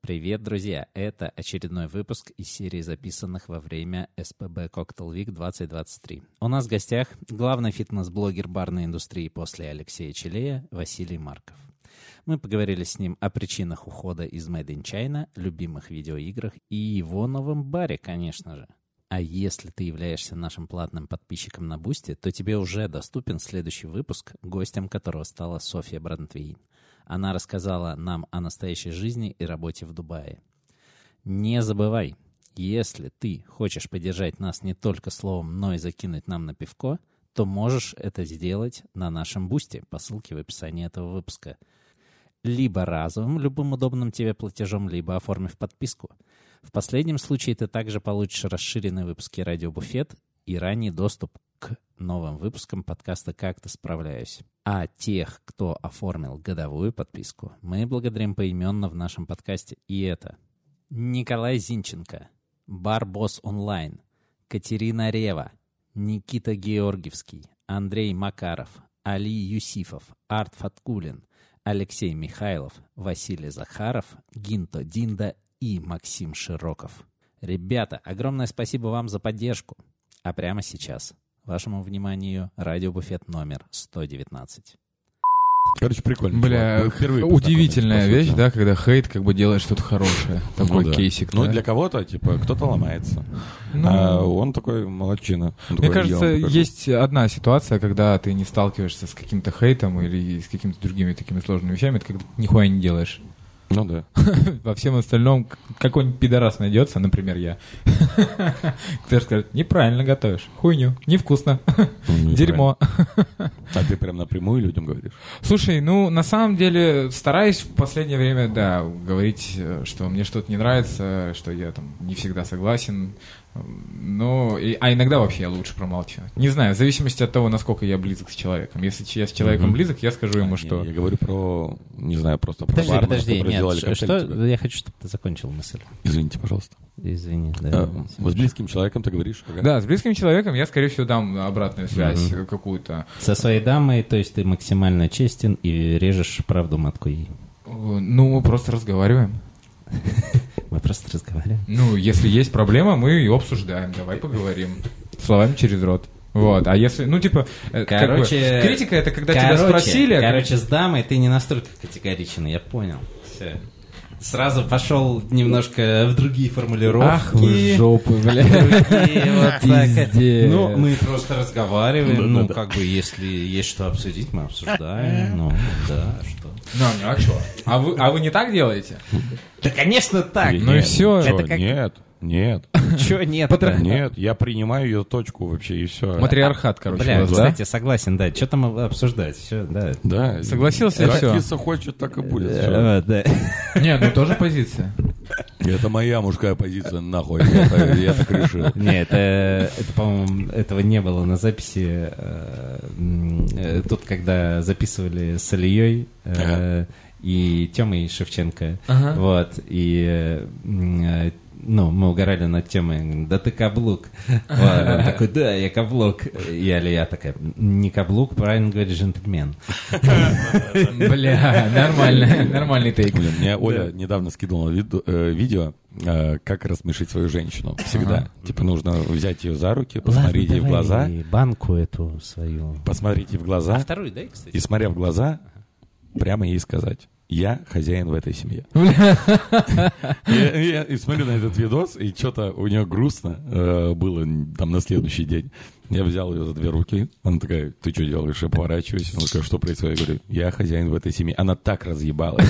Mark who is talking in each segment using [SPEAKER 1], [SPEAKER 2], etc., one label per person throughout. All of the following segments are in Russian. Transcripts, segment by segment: [SPEAKER 1] Привет, друзья! Это очередной выпуск из серии записанных во время СПБ Cocktail Week 2023. У нас в гостях главный фитнес-блогер барной индустрии после Алексея Челея Василий Марков. Мы поговорили с ним о причинах ухода из Made in China, любимых видеоиграх и его новом баре, конечно же. А если ты являешься нашим платным подписчиком на Бусти, то тебе уже доступен следующий выпуск, гостем которого стала Софья Брантвейн. Она рассказала нам о настоящей жизни и работе в Дубае. Не забывай, если ты хочешь поддержать нас не только словом, но и закинуть нам на пивко, то можешь это сделать на нашем бусте по ссылке в описании этого выпуска. Либо разовым, любым удобным тебе платежом, либо оформив подписку. В последнем случае ты также получишь расширенные выпуски «Радиобуфет» и ранний доступ к новым выпускам подкаста «Как-то справляюсь». А тех, кто оформил годовую подписку, мы благодарим поименно в нашем подкасте. И это Николай Зинченко, Барбос Онлайн, Катерина Рева, Никита Георгиевский, Андрей Макаров, Али Юсифов, Арт Фаткулин, Алексей Михайлов, Василий Захаров, Гинто Динда и Максим Широков. Ребята, огромное спасибо вам за поддержку. А прямо сейчас вашему вниманию радиобуфет номер 119.
[SPEAKER 2] Короче, прикольно.
[SPEAKER 3] Бля,
[SPEAKER 2] чувак. Мы впервые
[SPEAKER 3] удивительная
[SPEAKER 2] познакомились,
[SPEAKER 3] вещь,
[SPEAKER 2] по сути.
[SPEAKER 3] да, когда хейт как бы делает что-то хорошее.
[SPEAKER 2] Ну
[SPEAKER 3] Такой
[SPEAKER 2] да.
[SPEAKER 3] кейсик.
[SPEAKER 2] Ну,
[SPEAKER 3] да.
[SPEAKER 2] для кого-то, типа, кто-то ломается.
[SPEAKER 3] Ну,
[SPEAKER 2] А он такой молодчина. Он
[SPEAKER 3] Мне
[SPEAKER 2] такой,
[SPEAKER 3] кажется,
[SPEAKER 2] «Я вам покажу».
[SPEAKER 3] есть одна ситуация, когда ты не сталкиваешься с каким-то хейтом или с какими-то другими такими сложными вещами, это когда ты нихуя не делаешь.
[SPEAKER 2] Ну да.
[SPEAKER 3] Во всем остальном к- какой-нибудь пидорас найдется, например, я. Кто скажет, неправильно готовишь, хуйню, невкусно, дерьмо.
[SPEAKER 2] А ты прям напрямую людям говоришь.
[SPEAKER 3] Слушай, ну на самом деле стараюсь в последнее время, да, говорить, э, что мне что-то не нравится, что я там не всегда согласен. Но, и- а иногда вообще я лучше промолчу. Не знаю, в зависимости от того, насколько я близок с человеком. Если ч- я с человеком
[SPEAKER 2] Мгм.
[SPEAKER 3] близок, я скажу ему,
[SPEAKER 2] А, не,
[SPEAKER 3] что...
[SPEAKER 2] Я говорю про, не знаю, просто про
[SPEAKER 1] Подожди,
[SPEAKER 2] бармен,
[SPEAKER 1] подожди,
[SPEAKER 2] чтобы
[SPEAKER 1] нет,
[SPEAKER 2] разделали
[SPEAKER 1] ш-
[SPEAKER 2] коктейль
[SPEAKER 1] что,
[SPEAKER 2] тебе.
[SPEAKER 1] я хочу, чтобы ты закончил мысль.
[SPEAKER 2] Извините, пожалуйста.
[SPEAKER 1] Извини.
[SPEAKER 2] А,
[SPEAKER 1] Да,
[SPEAKER 2] Вот с близким человеком ты говоришь. ага.
[SPEAKER 3] Да, с близким человеком я, скорее всего, дам обратную связь э, какую-то.
[SPEAKER 1] Со своей дамой, то есть ты максимально честен и режешь правду матку ей.
[SPEAKER 3] Э, Ну, мы просто разговариваем.
[SPEAKER 1] Мы просто разговариваем.
[SPEAKER 3] Ну, если есть проблема, мы ее обсуждаем. Давай поговорим. Словами через рот. Вот, а если, ну, типа, э, как бы,
[SPEAKER 1] Короче,
[SPEAKER 3] критика это когда тебя спросили, а как-
[SPEAKER 1] Короче, с дамой ты не настолько категоричен, я понял. Все. Сразу пошел немножко в другие формулировки.
[SPEAKER 3] ах вы жопы, бля.
[SPEAKER 1] Другие вот так.
[SPEAKER 3] Пиздец.
[SPEAKER 1] Ну, мы просто разговариваем. Ну,
[SPEAKER 2] Да-да-да.
[SPEAKER 1] как бы, если есть что обсудить, мы обсуждаем. Ну, да, что.
[SPEAKER 3] Ну, ну, а что? А вы, а вы не так делаете?
[SPEAKER 1] Да, конечно, так.
[SPEAKER 3] ну и
[SPEAKER 2] Нет,
[SPEAKER 3] всё.
[SPEAKER 2] ничего,
[SPEAKER 1] Это как-
[SPEAKER 2] Нет, нет,
[SPEAKER 1] Чего нет?
[SPEAKER 2] нет. Я принимаю ее точку вообще, и все.
[SPEAKER 3] Матриархат, короче, у
[SPEAKER 1] Бля,
[SPEAKER 3] вас, да?
[SPEAKER 1] кстати, согласен, да. Что там обсуждать? Все, да.
[SPEAKER 2] Да.
[SPEAKER 3] Согласился,
[SPEAKER 2] Как
[SPEAKER 3] всё.
[SPEAKER 2] киса хочет, так и будет. всё.
[SPEAKER 1] Э, да.
[SPEAKER 3] Не, ну тоже позиция.
[SPEAKER 2] Это моя мужская позиция, нахуй. Я так- я так решил.
[SPEAKER 1] Нет, это, это, по-моему, этого не было на записи. э, м, э, Тут, когда записывали с Ильей э, и Тёмой Шевченко,
[SPEAKER 3] Ага.
[SPEAKER 1] вот, и э, м, э, ну, мы угорали над темой, да ты каблук. Вот, Он такой, да, я каблук. И Алия такая, не каблук, правильно говоришь, джентльмен.
[SPEAKER 3] Бля, нормально, нормальный тейк.
[SPEAKER 2] Блин, мне Оля недавно скинула виду- э, видео, э, как рассмешить свою женщину. Всегда. Типа нужно взять ее за руки, посмотреть ей в глаза,
[SPEAKER 1] банку эту свою.
[SPEAKER 2] посмотреть ей в глаза
[SPEAKER 1] А Вторую дай, кстати.
[SPEAKER 2] и, смотря в глаза, прямо ей сказать. Я хозяин в этой семье. Я- Я и смотрю на этот видос, и что-то у нее грустно э, было н- там на следующий день. Я взял ее за две руки. Она такая, ты что делаешь? Я поворачиваюсь. Она такая, что происходит? Я говорю, я хозяин в этой семье. Она так разъебалась.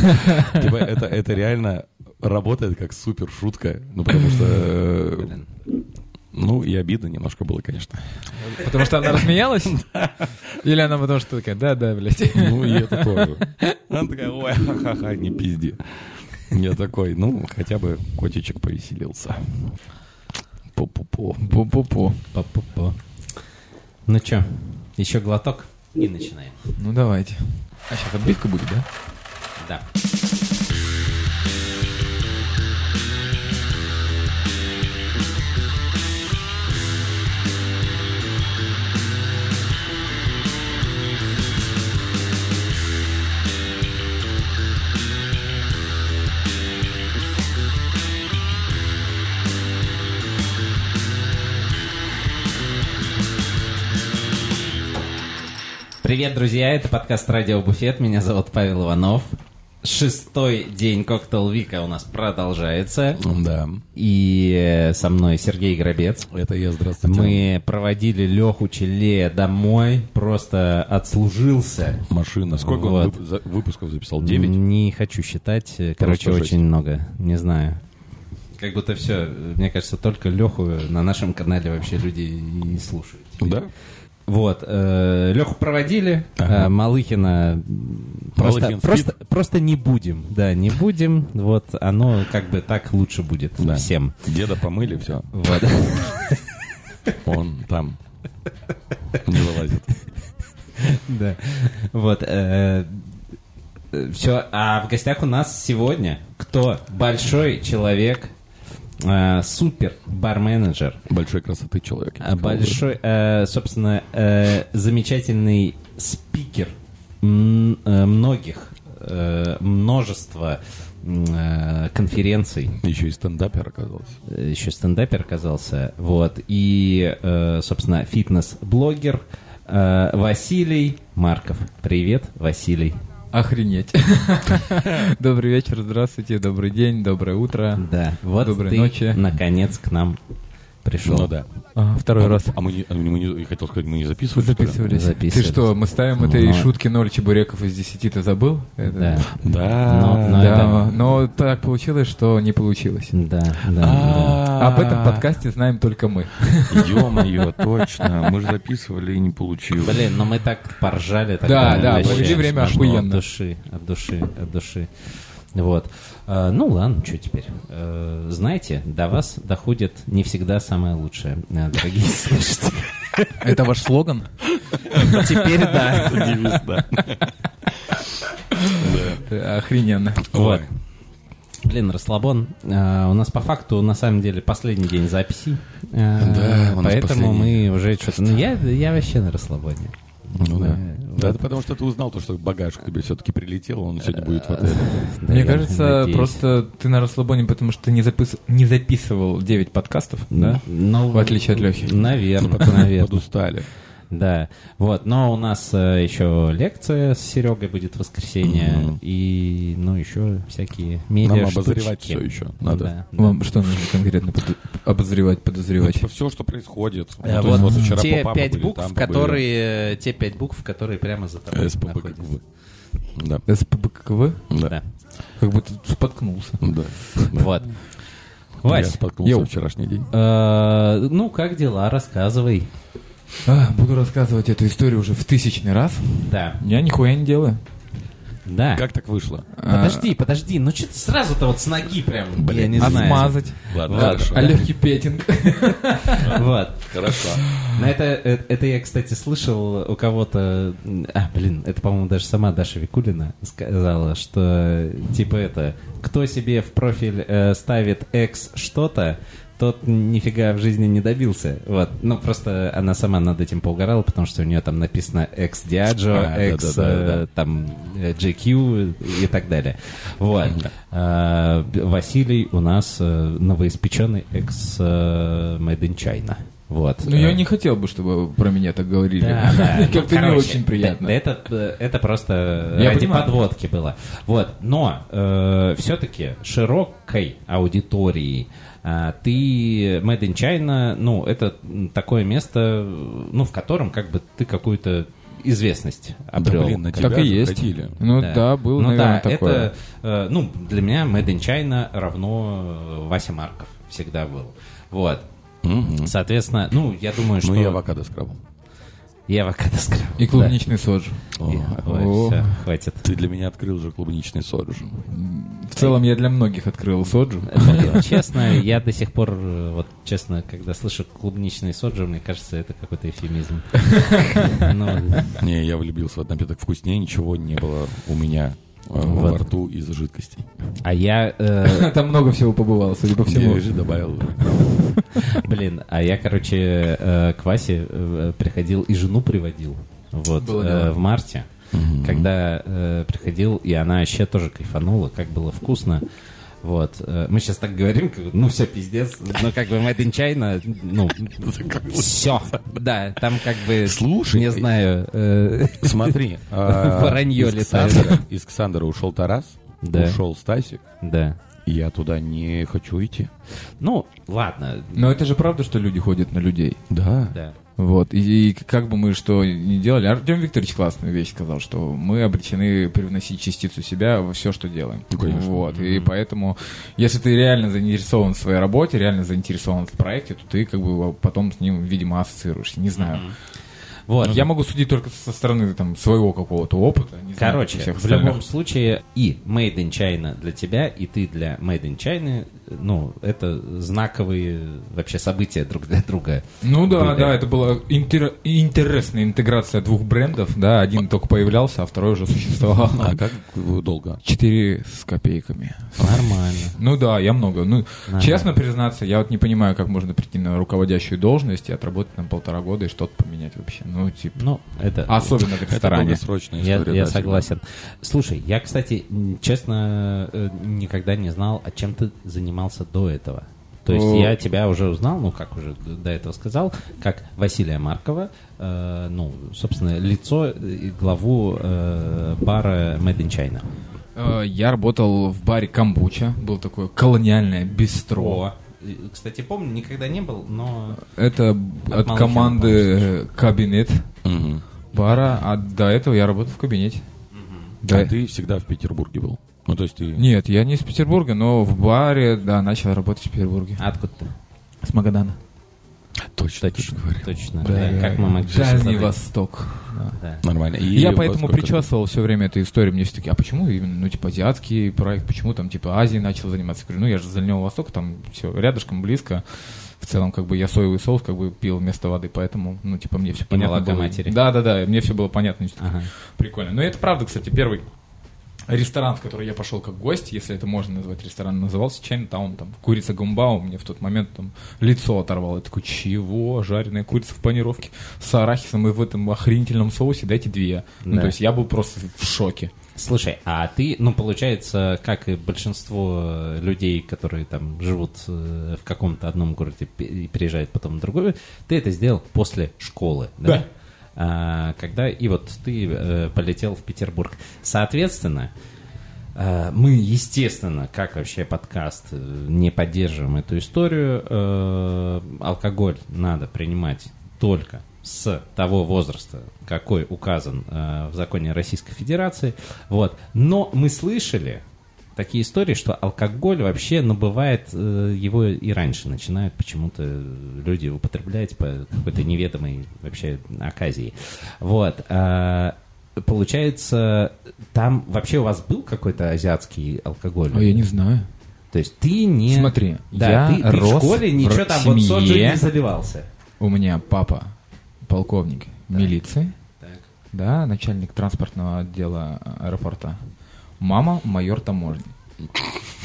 [SPEAKER 2] Типа, это, это реально работает как супер шутка. Ну, потому что... э, Ну, и обидно немножко было, конечно.
[SPEAKER 3] Потому что она рассмеялась? Или она потому что такая, да-да, блядь.
[SPEAKER 2] Ну, и это тоже. Она такая, ой, ха-ха-ха, не пизди. Я такой, ну, хотя бы котичек повеселился. Пу-пу-пу.
[SPEAKER 3] Пу-пу-пу.
[SPEAKER 1] Па-па-па. Ну чё, еще глоток и начинаем.
[SPEAKER 3] Ну, давайте. А сейчас отбивка будет, да?
[SPEAKER 1] Да. Привет, друзья, это подкаст «Радио Буфет», меня зовут Павел Иванов. Шестой день «Коктейл Вика» у нас продолжается,
[SPEAKER 2] Да.
[SPEAKER 1] и э, со мной Сергей Гробец.
[SPEAKER 2] Это я, здравствуйте.
[SPEAKER 1] Мы проводили Леху Челе домой, просто отслужился.
[SPEAKER 2] Машина. А Сколько он
[SPEAKER 1] Вот.
[SPEAKER 2] вып- за- выпусков записал? Девять?
[SPEAKER 1] Не хочу считать, э, короче,
[SPEAKER 2] жесть.
[SPEAKER 1] очень много, не знаю. Как будто все, мне кажется, только Леху на нашем канале вообще люди и слушают.
[SPEAKER 2] Да?
[SPEAKER 1] Вот, э, Леху проводили,
[SPEAKER 2] Ага.
[SPEAKER 1] э, Малыхина м, просто,
[SPEAKER 2] Малыхин
[SPEAKER 1] просто, просто не будем, да, не будем, вот, оно как бы так лучше будет
[SPEAKER 2] Да.
[SPEAKER 1] всем.
[SPEAKER 2] Деда помыли, все.
[SPEAKER 1] Вот.
[SPEAKER 2] Он там. Не вылазит.
[SPEAKER 1] Да. Вот. Все. А в гостях у нас сегодня кто? Большой человек, э, супер бар-менеджер,
[SPEAKER 2] Большой красоты человек. я
[SPEAKER 1] а
[SPEAKER 2] бы сказал бы.
[SPEAKER 1] большой, э, собственно, э, замечательный спикер м, э, многих, э, множество м, э, конференций
[SPEAKER 2] Еще и стендапер оказался.
[SPEAKER 1] еще стендапер оказался, вот, и, э, собственно, фитнес-блогер э, Василий Марков. Привет, Василий.
[SPEAKER 3] Охренеть. Добрый вечер, здравствуйте, добрый день, доброе утро.
[SPEAKER 1] Да, вот
[SPEAKER 3] Доброй
[SPEAKER 1] ты,
[SPEAKER 3] ночи.
[SPEAKER 1] наконец, к нам пришел.
[SPEAKER 2] Ну да.
[SPEAKER 3] А, Второй раз.
[SPEAKER 2] А мы не, а мы не- я хотел сказать, мы не записывали. что ли?
[SPEAKER 3] Записывались.
[SPEAKER 1] Записывались.
[SPEAKER 3] Ты что, мы ставим
[SPEAKER 1] Ну,
[SPEAKER 3] этой
[SPEAKER 1] ну.
[SPEAKER 3] шутки ноль чебуреков из десяти, ты забыл? Это-
[SPEAKER 1] Да,
[SPEAKER 2] Да.
[SPEAKER 1] Но- но
[SPEAKER 3] Да,
[SPEAKER 1] это-
[SPEAKER 3] но так получилось, что не получилось.
[SPEAKER 1] да, да.
[SPEAKER 2] А.
[SPEAKER 3] Об этом подкасте знаем только мы.
[SPEAKER 2] Ё-моё, точно. Мы же записывали и не получилось.
[SPEAKER 1] Блин, но мы так поржали. так
[SPEAKER 3] Да,
[SPEAKER 1] прям
[SPEAKER 3] да,
[SPEAKER 1] вообще
[SPEAKER 3] провели время
[SPEAKER 1] смешно,
[SPEAKER 3] охуенно.
[SPEAKER 1] От души, от души, от души. Вот. А, ну ладно, что теперь. Э, знаете, до вас доходит не всегда самое лучшее, э, дорогие слушатели.
[SPEAKER 3] Это ваш слоган?
[SPEAKER 1] Теперь да.
[SPEAKER 2] Это девиз, да.
[SPEAKER 3] Охрененно.
[SPEAKER 1] Вот.
[SPEAKER 2] Ой.
[SPEAKER 1] Блин, расслабон. А, у нас по факту на самом деле последний день записи.
[SPEAKER 2] Да,
[SPEAKER 1] А,
[SPEAKER 2] у нас
[SPEAKER 1] поэтому
[SPEAKER 2] последний.
[SPEAKER 1] мы уже что-то. Ну, я, я вообще на расслабоне.
[SPEAKER 2] Ну да.
[SPEAKER 1] Э,
[SPEAKER 2] Да, это потому что ты узнал то, что багаж к тебе все-таки прилетел, он сегодня будет в отеле.
[SPEAKER 1] Да,
[SPEAKER 3] Мне
[SPEAKER 1] я
[SPEAKER 3] кажется,
[SPEAKER 1] надеюсь.
[SPEAKER 3] просто ты на расслабоне, потому что ты не, запис- не записывал 9 подкастов, да?
[SPEAKER 1] Ну,
[SPEAKER 3] В отличие от Лёхи.
[SPEAKER 1] Наверное, наверное.
[SPEAKER 2] Подустали.
[SPEAKER 1] Да. Вот. Но у нас э, еще лекция с Серегой будет в воскресенье.
[SPEAKER 2] Мгм.
[SPEAKER 1] И, ну, еще всякие медиа
[SPEAKER 2] Нам обозревать все еще надо.
[SPEAKER 1] Да, да.
[SPEAKER 3] Вам что нужно конкретно под- обозревать, подозревать?
[SPEAKER 1] Ну,
[SPEAKER 2] Типа все, что происходит. Ну,
[SPEAKER 1] Э,
[SPEAKER 2] то есть
[SPEAKER 1] вот
[SPEAKER 2] вчера
[SPEAKER 1] те
[SPEAKER 2] попа
[SPEAKER 1] пять
[SPEAKER 2] побыли,
[SPEAKER 1] букв,
[SPEAKER 2] там побыли.
[SPEAKER 1] которые, э, те пять букв, которые прямо за тобой
[SPEAKER 2] СПБ как
[SPEAKER 1] находятся.
[SPEAKER 2] бы. Да.
[SPEAKER 3] СПБКВ?
[SPEAKER 2] Да.
[SPEAKER 1] Да.
[SPEAKER 3] Как будто споткнулся.
[SPEAKER 2] Да.
[SPEAKER 1] Вот.
[SPEAKER 2] Я
[SPEAKER 1] Вась,
[SPEAKER 2] споткнулся
[SPEAKER 3] Йоу.
[SPEAKER 2] в вчерашний день.
[SPEAKER 1] э, ну как дела? Рассказывай.
[SPEAKER 3] А, буду рассказывать эту историю уже в тысячный раз.
[SPEAKER 1] Да,
[SPEAKER 3] Я нихуя не делаю.
[SPEAKER 1] да.
[SPEAKER 2] Как так вышло?
[SPEAKER 1] Подожди, подожди, ну что ты сразу-то вот с ноги прям,
[SPEAKER 2] Блин,
[SPEAKER 1] я не
[SPEAKER 3] а
[SPEAKER 1] знаю.
[SPEAKER 3] смазать?
[SPEAKER 2] Ладно,
[SPEAKER 1] Ладно.
[SPEAKER 2] хорошо.
[SPEAKER 3] А легкий петинг?
[SPEAKER 1] Вот.
[SPEAKER 2] Хорошо.
[SPEAKER 1] Но это, это, это я, кстати, слышал у кого-то... А, блин, это, по-моему, даже сама Даша Викулина сказала, что, типа, это... Кто себе в профиль э, ставит экс что-то, тот нифига в жизни не добился. Вот. Ну, просто она сама над этим поугарала, потому что у нее там написано экс Диаджо,
[SPEAKER 2] А,
[SPEAKER 1] экс
[SPEAKER 2] да-да-да,
[SPEAKER 1] э,
[SPEAKER 2] да.
[SPEAKER 1] там э, GQ и так далее. Вот. А, Б- Василий у нас э, новоиспеченный экс э, Made in China. Вот.
[SPEAKER 3] Ну, я
[SPEAKER 1] Э,
[SPEAKER 3] не хотел бы, чтобы про меня так говорили.
[SPEAKER 1] да, да. Ну,
[SPEAKER 3] Как-то не
[SPEAKER 1] короче,
[SPEAKER 3] очень приятно.
[SPEAKER 1] да, Это, э, это просто э,
[SPEAKER 3] Я
[SPEAKER 1] ради
[SPEAKER 3] понимаю.
[SPEAKER 1] подводки было. Вот. Но все-таки широкой аудитории а, ты Made in China, ну, это м, такое место, ну, в котором как бы ты какую-то известность
[SPEAKER 2] Да
[SPEAKER 1] обрел.
[SPEAKER 2] блин, на
[SPEAKER 3] Так
[SPEAKER 2] тебя
[SPEAKER 3] и
[SPEAKER 2] же
[SPEAKER 3] есть.
[SPEAKER 2] ходили.
[SPEAKER 3] Ну да, было,
[SPEAKER 1] Ну
[SPEAKER 3] наверное,
[SPEAKER 1] да,
[SPEAKER 3] такое.
[SPEAKER 1] Это, э, ну, для меня Made in China равно э, Вася Марков всегда был. Вот.
[SPEAKER 2] Мгм.
[SPEAKER 1] Соответственно, ну, я думаю, что...
[SPEAKER 2] Ну и авокадо скрабом.
[SPEAKER 1] Я авокадо скрыл.
[SPEAKER 3] И
[SPEAKER 1] Да.
[SPEAKER 3] клубничный соджу.
[SPEAKER 1] Ой,
[SPEAKER 3] О.
[SPEAKER 1] всё, хватит.
[SPEAKER 2] Ты для меня открыл же клубничный сорж.
[SPEAKER 3] В целом я для многих открыл соджу.
[SPEAKER 1] Блин, Честно, я до сих пор, э, вот честно, когда слышу клубничный соджу, мне кажется, это какой-то эфемизм. Ну,
[SPEAKER 2] Не, я влюбился в этот напиток вкуснее, ничего не было у меня э, во
[SPEAKER 1] Вот.
[SPEAKER 2] рту из жидкостей.
[SPEAKER 1] А я, э,
[SPEAKER 3] Там много всего побывало, судя по всему.
[SPEAKER 2] Я же добавил.
[SPEAKER 1] блин, а я, короче, э, к Васе э, приходил и жену приводил. Вот,
[SPEAKER 3] Было
[SPEAKER 1] э,
[SPEAKER 3] дело.
[SPEAKER 1] в марте, когда э, приходил, и она вообще тоже кайфанула, как было вкусно. Вот. Э, Мы сейчас так говорим, как будто, ну все, пиздец. Ну как бы Made in China, ну все. Да, там как бы,
[SPEAKER 2] Слушай,
[SPEAKER 1] не знаю, э,
[SPEAKER 2] Смотри. а,
[SPEAKER 1] Воронье
[SPEAKER 2] из
[SPEAKER 1] летает.
[SPEAKER 2] Ксандера- Из Ксандера ушел Тарас,
[SPEAKER 1] Да.
[SPEAKER 2] ушел Стасик.
[SPEAKER 1] да.
[SPEAKER 2] и Я туда не хочу идти.
[SPEAKER 1] Ну, ладно,
[SPEAKER 3] Но это же правда, что люди ходят на людей.
[SPEAKER 2] Да.
[SPEAKER 1] да.
[SPEAKER 3] Вот. И, и как бы мы что ни делали, Артем Викторович классную вещь сказал, что мы обречены привносить частицу себя во все, что делаем.
[SPEAKER 2] Ну, конечно.
[SPEAKER 3] Вот. И поэтому, если ты реально заинтересован в своей работе, реально заинтересован в проекте, то ты как бы потом с ним, видимо, ассоциируешься. Не знаю.
[SPEAKER 1] Вот,
[SPEAKER 3] Я могу судить только со стороны там, своего какого-то опыта. не знаю, как у
[SPEAKER 1] Короче,
[SPEAKER 3] всех
[SPEAKER 1] в любом
[SPEAKER 3] остальных.
[SPEAKER 1] случае и Made in China для тебя, и ты для Made in China, ну, это знаковые вообще события друг для друга.
[SPEAKER 3] Ну да,
[SPEAKER 1] Были.
[SPEAKER 3] да, это была интер- интересная интеграция двух брендов. Да, один только появлялся, а второй уже существовал.
[SPEAKER 2] А как долго?
[SPEAKER 3] Четыре с копейками.
[SPEAKER 1] Нормально.
[SPEAKER 3] Ну да, я много. Ну,
[SPEAKER 1] Ага.
[SPEAKER 3] честно признаться, я вот не понимаю, как можно прийти на руководящую должность и отработать там полтора года и что-то поменять вообще. Ну, типа.
[SPEAKER 1] Ну, это...
[SPEAKER 3] Особенно в
[SPEAKER 2] Это
[SPEAKER 3] ресторане.
[SPEAKER 2] долгосрочная
[SPEAKER 1] Я,
[SPEAKER 2] история.
[SPEAKER 1] я
[SPEAKER 2] да,
[SPEAKER 1] согласен. Слушай, я, кстати, м, честно, э, никогда не знал, а чем ты занимался до этого. То есть
[SPEAKER 3] Ну,
[SPEAKER 1] я тебя уже узнал, ну как уже д- до этого сказал, как Василия Маркова, э, ну, собственно, лицо э, и главу э, бара Made in China.
[SPEAKER 3] Э, Я работал в баре Камбуча. Был такое колониальное бистро.
[SPEAKER 1] О, и, Кстати, помню, никогда не был, но
[SPEAKER 3] Это
[SPEAKER 1] От
[SPEAKER 3] от
[SPEAKER 1] Малыхина,
[SPEAKER 3] команды э, кабинет
[SPEAKER 2] всегда. Мгм.
[SPEAKER 3] бара, а до этого я работал в кабинете. Да.
[SPEAKER 2] А ты всегда в Петербурге был? Ну, то есть ты...
[SPEAKER 3] Нет, я не из Петербурга, но в баре, да, начал работать в Петербурге.
[SPEAKER 1] А откуда ты?
[SPEAKER 3] С Магадана.
[SPEAKER 2] Точно, точно говорю.
[SPEAKER 1] Точно. да, как мы могли
[SPEAKER 3] Дальний
[SPEAKER 1] создать-
[SPEAKER 3] Восток. да.
[SPEAKER 1] Да.
[SPEAKER 2] Нормально. И
[SPEAKER 3] я
[SPEAKER 2] вот
[SPEAKER 3] поэтому
[SPEAKER 2] сколько-
[SPEAKER 3] причесывал все время эту историю. Мне все таки а почему именно, ну, типа, азиатский проект, почему там, типа, Азии начал заниматься? Я говорю, ну, я же с Дальнего Востока, там все рядышком, близко. В целом, как бы, я соевый соус, как бы, пил вместо воды, поэтому, ну, типа, мне все понятно
[SPEAKER 1] молока
[SPEAKER 3] было.
[SPEAKER 1] матери.
[SPEAKER 3] Да-да-да, мне все было понятно. всё-таки
[SPEAKER 1] Ага.
[SPEAKER 3] Прикольно. Но это правда, кстати, первый ресторан, в который я пошел как гость, если это можно назвать ресторан, назывался Чайнатаун, там, курица гумбау, мне в тот момент там лицо оторвало. Я такой, чего? Жареная курица в панировке с арахисом и в этом охренительном соусе, дайте две. Ну,
[SPEAKER 1] Да.
[SPEAKER 3] то есть я был просто в шоке.
[SPEAKER 1] Слушай, а ты, ну, получается, как и большинство э, людей, которые там живут э, в каком-то одном городе пе- и переезжают потом в другой, ты это сделал после школы, да?
[SPEAKER 3] Да.
[SPEAKER 1] А, когда и вот ты э, полетел в Петербург. Соответственно, э, мы, естественно, как вообще подкаст, э, не поддерживаем эту историю. Э, Алкоголь надо принимать только с того возраста, какой указан э, в законе Российской Федерации. Вот. Но мы слышали такие истории, что алкоголь вообще, ну, бывает, э, его и раньше начинают почему-то люди употреблять по какой-то неведомой вообще оказии. Вот. А, Получается, там вообще у вас был какой-то азиатский алкоголь?
[SPEAKER 3] А знаю.
[SPEAKER 1] То есть ты не...
[SPEAKER 3] Смотри,
[SPEAKER 1] да,
[SPEAKER 3] я
[SPEAKER 1] ты, ты в
[SPEAKER 3] рос
[SPEAKER 1] школе
[SPEAKER 3] в
[SPEAKER 1] ничего там вот соджу не
[SPEAKER 3] семье.
[SPEAKER 1] заливался.
[SPEAKER 3] У меня папа полковник милиции,
[SPEAKER 1] Так.
[SPEAKER 3] да, начальник транспортного отдела аэропорта. Мама майор таможни.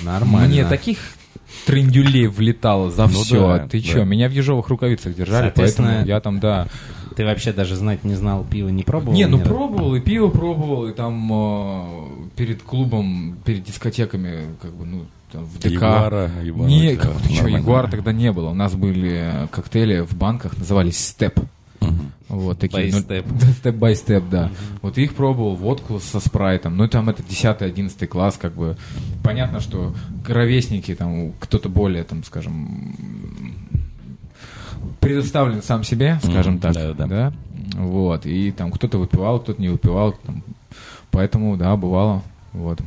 [SPEAKER 1] Нормально.
[SPEAKER 3] Мне таких трендюлей влетало за
[SPEAKER 2] Ну
[SPEAKER 3] все.
[SPEAKER 2] да,
[SPEAKER 3] Ты
[SPEAKER 2] да.
[SPEAKER 3] чё, меня в ежовых рукавицах держали,
[SPEAKER 1] Соответственно-
[SPEAKER 3] поэтому я там, да.
[SPEAKER 1] Ты вообще даже знать не знал, пиво не пробовал?
[SPEAKER 3] Не, ну
[SPEAKER 1] ни разу?
[SPEAKER 3] пробовал, и пиво пробовал, и там э, перед клубом, перед дискотеками, как бы, ну, там, в ДК.
[SPEAKER 2] Ягуара, Ягуара,
[SPEAKER 3] не,
[SPEAKER 2] да,
[SPEAKER 3] как, ты чё,
[SPEAKER 2] нормально.
[SPEAKER 3] Ягуара тогда не было. У нас были э, коктейли в банках, назывались степ.
[SPEAKER 2] Мгм.
[SPEAKER 3] Вот такие.
[SPEAKER 1] By
[SPEAKER 3] ну,
[SPEAKER 1] Step.
[SPEAKER 3] да, Step by step, да. Вот их пробовал, водку со спрайтом. Ну, там это 10-11 класс, как бы. Понятно, что ровесники, там, у- кто-то более, там, скажем, м, предоставлен сам себе, скажем
[SPEAKER 2] Мгм,
[SPEAKER 3] так.
[SPEAKER 2] да-да-да.
[SPEAKER 3] да. Вот. И там кто-то выпивал, кто-то не выпивал. там. Поэтому, да, бывало. Вот.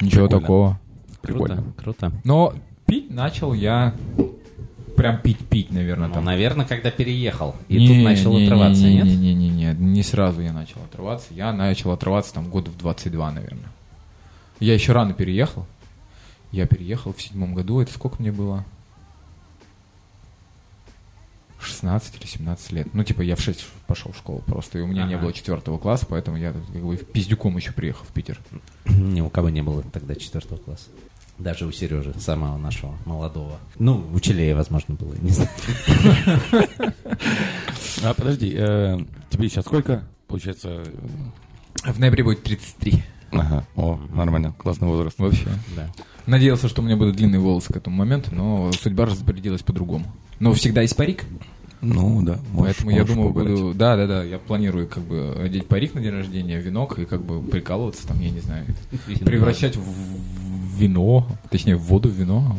[SPEAKER 3] Ничего
[SPEAKER 2] Прикольно.
[SPEAKER 3] такого.
[SPEAKER 2] Прикольно.
[SPEAKER 1] Круто, круто.
[SPEAKER 3] Но пить начал я прям пить-пить, наверное,
[SPEAKER 1] Ну,
[SPEAKER 3] там
[SPEAKER 1] наверное, когда переехал, и
[SPEAKER 3] Не,
[SPEAKER 1] тут начал
[SPEAKER 3] не,
[SPEAKER 1] отрываться,
[SPEAKER 3] не,
[SPEAKER 1] нет?
[SPEAKER 3] Не, не, не, не, не сразу я начал отрываться. Я начал отрываться там года в 22, наверное. Я еще рано переехал. Я переехал в седьмом году. Это сколько мне было? 16 или 17 лет. Ну, типа, я в 6 пошел в школу просто, и у меня не
[SPEAKER 1] Ага.
[SPEAKER 3] было четвертого класса, поэтому я тут как бы пиздюком еще приехал в Питер.
[SPEAKER 1] Ни у кого не было тогда четвертого класса. Даже у Сережи, самого нашего молодого. Ну, учителей, возможно, было, не знаю.
[SPEAKER 2] А подожди, э, тебе сейчас сколько? Получается, э,
[SPEAKER 3] В ноябре будет 33.
[SPEAKER 2] Ага, о, нормально, классный возраст.
[SPEAKER 3] Вообще.
[SPEAKER 1] Да.
[SPEAKER 3] Надеялся, что у меня будут длинные волосы к этому моменту, но судьба распорядилась по-другому. Но всегда есть парик,
[SPEAKER 2] Ну, да, можешь-
[SPEAKER 3] поэтому я
[SPEAKER 2] можешь
[SPEAKER 3] думаю,
[SPEAKER 2] поугарать.
[SPEAKER 3] буду... Да, да, да, я планирую как бы одеть парик на день рождения, венок и как бы прикалываться там, я не знаю, превращать в- в вино, точнее, в воду в вино.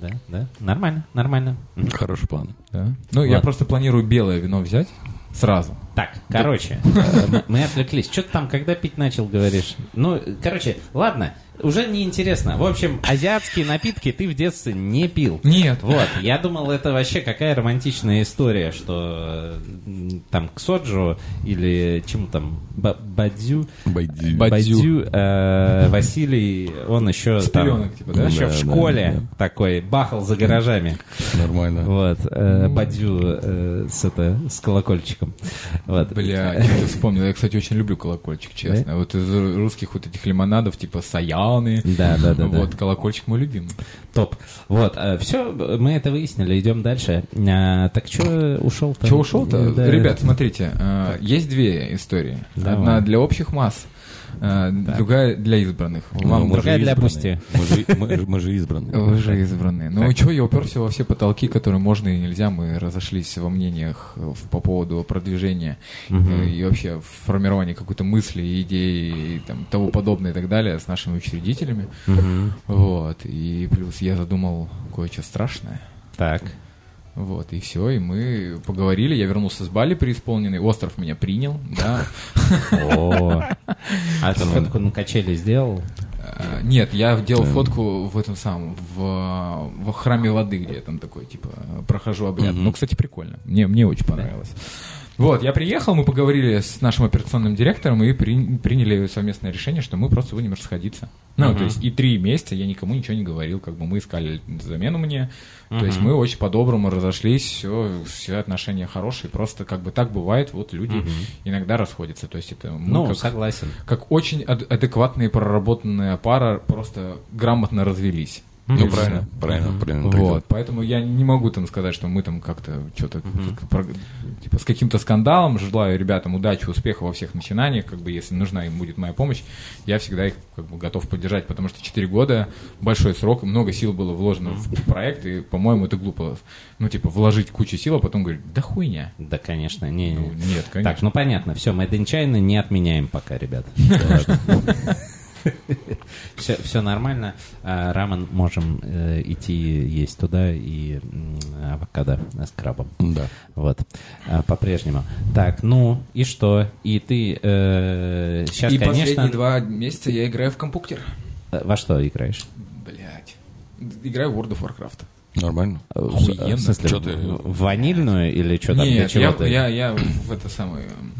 [SPEAKER 1] Да, да. Нормально, нормально.
[SPEAKER 2] Хороший план.
[SPEAKER 3] Да. Ну, я
[SPEAKER 1] Ладно.
[SPEAKER 3] просто планирую белое вино взять сразу.
[SPEAKER 1] Так, короче, э, мы отвлеклись. Что ты там, когда пить начал, говоришь? Ну, короче, ладно, уже неинтересно. В общем, азиатские напитки ты в детстве не пил.
[SPEAKER 3] Нет.
[SPEAKER 1] Вот, я думал, это вообще какая романтичная история, что э, м, там к соджу или чему там, ба- бадзю,
[SPEAKER 2] Бадзи.
[SPEAKER 3] Бадзи. Бадзю.
[SPEAKER 1] бадзю, э, Василий, он еще
[SPEAKER 3] С
[SPEAKER 1] там-
[SPEAKER 3] пеленок, типа, да?
[SPEAKER 1] Еще в
[SPEAKER 2] Да, да,
[SPEAKER 1] школе такой бахал за гаражами.
[SPEAKER 2] Нормально.
[SPEAKER 1] Вот, э, бадзю э, с, это, с колокольчиком. Вот.
[SPEAKER 3] Бля, я ты вспомнил. Я, кстати, очень люблю колокольчик, честно. Вот из русских вот этих лимонадов, типа Саяны.
[SPEAKER 1] Да, да, да, да.
[SPEAKER 3] Вот, колокольчик мой любимый.
[SPEAKER 1] Топ. Вот, все, мы это выяснили, идем дальше. А, так что ушел-то?
[SPEAKER 3] Чего ушел-то?
[SPEAKER 1] Да.
[SPEAKER 3] Ребят, смотрите, э, есть две истории.
[SPEAKER 1] Давай.
[SPEAKER 3] Одна для общих масс, э, другая для избранных.
[SPEAKER 1] Вам
[SPEAKER 2] Ну, мы же
[SPEAKER 1] другая для
[SPEAKER 2] избранные.
[SPEAKER 1] пусти.
[SPEAKER 2] Мы же- Мы же- мы же избранные.
[SPEAKER 3] Вы же избранные. Ну и чё, я уперся во все потолки, которые можно и нельзя. Мы разошлись во мнениях э, в- по поводу продвижения э, и вообще в формировании какой-то мысли, идеи и там, того подобное и так далее с нашими учредителями. Вот. И плюс я задумал кое-что страшное.
[SPEAKER 1] Так.
[SPEAKER 3] Вот, и все, и мы поговорили, я вернулся с Бали преисполненный, остров меня принял, да.
[SPEAKER 1] О. А ты фотку на качели сделал?
[SPEAKER 3] А, Нет, я делал фотку в этом самом, в, в храме воды, где я там такой, типа, прохожу обряд. Ну, кстати, прикольно, мне, мне очень понравилось. Вот, я приехал, мы поговорили с нашим операционным директором и при- приняли совместное решение, что мы просто будем расходиться. Ну, то есть и три месяца я никому ничего не говорил, как бы мы искали замену мне. То есть мы очень по-доброму разошлись, все, все отношения хорошие, просто как бы так бывает, вот люди иногда расходятся. То есть это мы
[SPEAKER 1] Ну,
[SPEAKER 3] как-
[SPEAKER 1] согласен.
[SPEAKER 3] как очень ад- адекватная и проработанная пара просто грамотно развелись.
[SPEAKER 2] Ну,
[SPEAKER 3] И
[SPEAKER 2] правильно, правильно, правильно. так
[SPEAKER 3] Вот, поэтому я не могу там сказать, что мы там как-то что-то типа с каким-то скандалом. Желаю ребятам удачи, успеха во всех начинаниях. Как бы если нужна им будет моя помощь, я всегда их как бы готов поддержать, потому что 4 года большой срок, много сил было вложено в проект, и, по-моему, это глупо. Ну, типа, вложить кучу сил, а потом говорить, да хуйня.
[SPEAKER 1] Да, конечно, не, не.
[SPEAKER 3] Ну, нет, конечно.
[SPEAKER 1] Так, ну понятно, все, мы Дэнчайна не отменяем пока, ребят. Все, все нормально. А, Рамен можем э, идти есть туда и м, авокадо с крабом.
[SPEAKER 2] Да.
[SPEAKER 1] Вот, А, по-прежнему. Так, ну и что? И ты сейчас,
[SPEAKER 3] и
[SPEAKER 1] конечно,
[SPEAKER 3] последние два месяца я играю в компьютер.
[SPEAKER 1] э, во что играешь?
[SPEAKER 3] Блять. Играю в World of Warcraft.
[SPEAKER 2] Нормально.
[SPEAKER 1] Э, в-
[SPEAKER 3] Охуенно.
[SPEAKER 1] В смысле,
[SPEAKER 2] Чё
[SPEAKER 1] в-
[SPEAKER 2] ты?
[SPEAKER 1] в ванильную или что там? для
[SPEAKER 3] Нет,
[SPEAKER 1] чего
[SPEAKER 3] я,
[SPEAKER 1] ты?
[SPEAKER 3] я, я в это самое... м,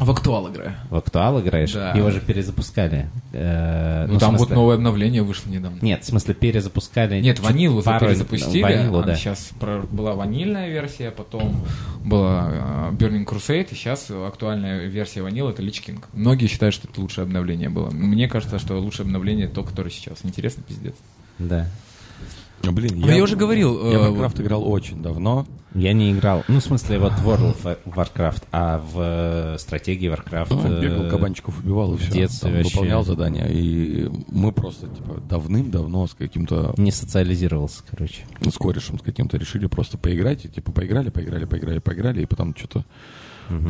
[SPEAKER 3] В актуал играю.
[SPEAKER 1] В актуал играешь?
[SPEAKER 3] Да.
[SPEAKER 1] Его же перезапускали. Э,
[SPEAKER 3] Ну,
[SPEAKER 1] ну, в
[SPEAKER 3] там вот
[SPEAKER 1] смысле-
[SPEAKER 3] новое обновление вышло недавно.
[SPEAKER 1] Нет, в смысле перезапускали.
[SPEAKER 3] Нет, ванилу а
[SPEAKER 1] пару-
[SPEAKER 3] запустили.
[SPEAKER 1] Ванилу, да.
[SPEAKER 3] Сейчас была ванильная версия, потом была э, Burning Crusade, и сейчас актуальная версия ванила — это Lich King. Многие считают, что это лучшее обновление было. Мне кажется, что лучшее обновление — то, которое сейчас. Интересно, пиздец.
[SPEAKER 1] Да.
[SPEAKER 2] Ну, Блин,
[SPEAKER 3] Ну, я уже говорил,
[SPEAKER 2] Я
[SPEAKER 3] э,
[SPEAKER 2] в Warcraft играл очень давно.
[SPEAKER 1] Я не играл. Ну, в смысле, вот в World of Warcraft, а в э, стратегии Warcraft...
[SPEAKER 2] Ну,
[SPEAKER 1] э,
[SPEAKER 2] бегал, кабанчиков убивал и
[SPEAKER 1] в
[SPEAKER 2] все.
[SPEAKER 1] детстве вообще.
[SPEAKER 2] Выполнял задания. И мы просто типа давным-давно с каким-то
[SPEAKER 1] Не социализировался, короче.
[SPEAKER 2] с корешем с каким-то решили просто поиграть. И типа поиграли, поиграли, поиграли, поиграли. И потом что-то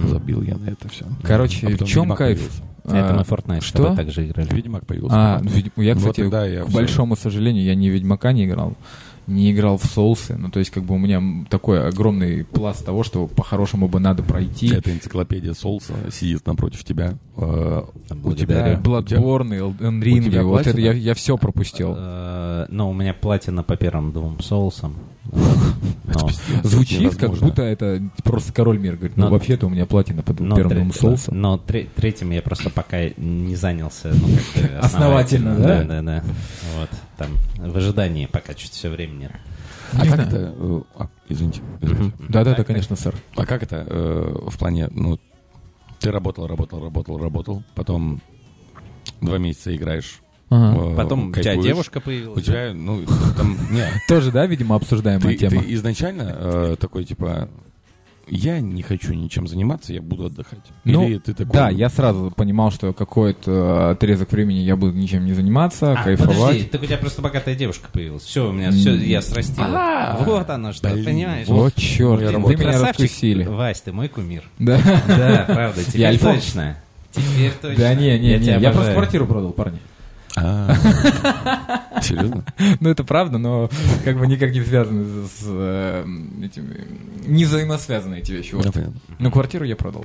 [SPEAKER 2] забил я на это все.
[SPEAKER 3] Короче,
[SPEAKER 1] А
[SPEAKER 3] в чем кайф?
[SPEAKER 1] Это
[SPEAKER 3] А,
[SPEAKER 1] мы Fortnite с
[SPEAKER 3] что?
[SPEAKER 1] тобой также играли.
[SPEAKER 2] Ведьмак появился.
[SPEAKER 3] А, ну, ведь- я,
[SPEAKER 2] Ну,
[SPEAKER 3] кстати,
[SPEAKER 2] вот тогда я
[SPEAKER 3] к
[SPEAKER 2] всё.
[SPEAKER 3] большому сожалению, я ни в Ведьмака не играл, не играл в соусы. Ну, то есть, как бы у меня м, такой огромный пласт того, что по-хорошему бы надо пройти.
[SPEAKER 2] Эта энциклопедия Солса сидит напротив тебя. Э, У
[SPEAKER 1] Благодарю.
[SPEAKER 2] тебя
[SPEAKER 1] да.
[SPEAKER 3] Бладборны, Elden Ring,
[SPEAKER 2] у тебя А,
[SPEAKER 3] вот это я,
[SPEAKER 2] платина?
[SPEAKER 3] я все пропустил.
[SPEAKER 1] Э, Ну, у меня платина по первым двум соусам. Но-
[SPEAKER 3] А, Звучит, как
[SPEAKER 2] невозможно.
[SPEAKER 3] будто это просто король мира. Говорит, ну,
[SPEAKER 1] Но-
[SPEAKER 3] вообще-то у меня платина под
[SPEAKER 1] но
[SPEAKER 3] первым
[SPEAKER 1] тре-
[SPEAKER 3] соусом.
[SPEAKER 1] Но тре- третьим я просто пока не занялся. ну, как-то
[SPEAKER 3] Основательно, да?
[SPEAKER 1] Да, да, да. Вот, там, в ожидании пока чуть все времени нет.
[SPEAKER 2] А
[SPEAKER 3] Не
[SPEAKER 2] как
[SPEAKER 3] знаю.
[SPEAKER 2] это... э, а, извините, извините.
[SPEAKER 3] Да-да-да, конечно, сэр.
[SPEAKER 2] А как это э, в плане, ну, ты работал, работал, работал, работал, потом два месяца играешь.
[SPEAKER 3] А?
[SPEAKER 2] э,
[SPEAKER 1] Потом у тебя
[SPEAKER 2] кайфуешь.
[SPEAKER 1] девушка
[SPEAKER 2] У
[SPEAKER 1] появилась.
[SPEAKER 2] тебя, ну, там, не,
[SPEAKER 3] Тоже, да, видимо,
[SPEAKER 2] ты,
[SPEAKER 3] обсуждаемая тема.
[SPEAKER 2] ты изначально э, такой, типа, я не хочу ничем заниматься, я буду отдыхать.
[SPEAKER 3] Ну,
[SPEAKER 2] Или ты такой...
[SPEAKER 3] Да, я сразу понимал, что какой-то отрезок времени я буду ничем не заниматься,
[SPEAKER 1] А, подожди,
[SPEAKER 3] кайфовать.
[SPEAKER 1] так у тебя просто богатая девушка появилась. Все, у меня все, я срастил.
[SPEAKER 2] А,
[SPEAKER 1] Вот оно что,
[SPEAKER 2] блин,
[SPEAKER 1] понимаешь?
[SPEAKER 3] Вот
[SPEAKER 2] Ну, я
[SPEAKER 3] черт, вы
[SPEAKER 2] работаю.
[SPEAKER 3] меня
[SPEAKER 1] Красавчик,
[SPEAKER 3] раскусили.
[SPEAKER 1] Вась, ты мой кумир.
[SPEAKER 3] Да.
[SPEAKER 1] Да, правда, теперь
[SPEAKER 3] альфа.
[SPEAKER 1] точно. Теперь точно.
[SPEAKER 3] Да не, не,
[SPEAKER 1] Я
[SPEAKER 3] не,
[SPEAKER 1] тебя
[SPEAKER 3] я
[SPEAKER 1] обожаю.
[SPEAKER 3] просто квартиру продал, парни.
[SPEAKER 2] А. Серьезно?
[SPEAKER 3] Ну это правда, но как бы никак не связаны с- с э, этими... Не взаимосвязаны эти вещи. вот.
[SPEAKER 2] Ну, понятно.
[SPEAKER 3] Но квартиру я продал.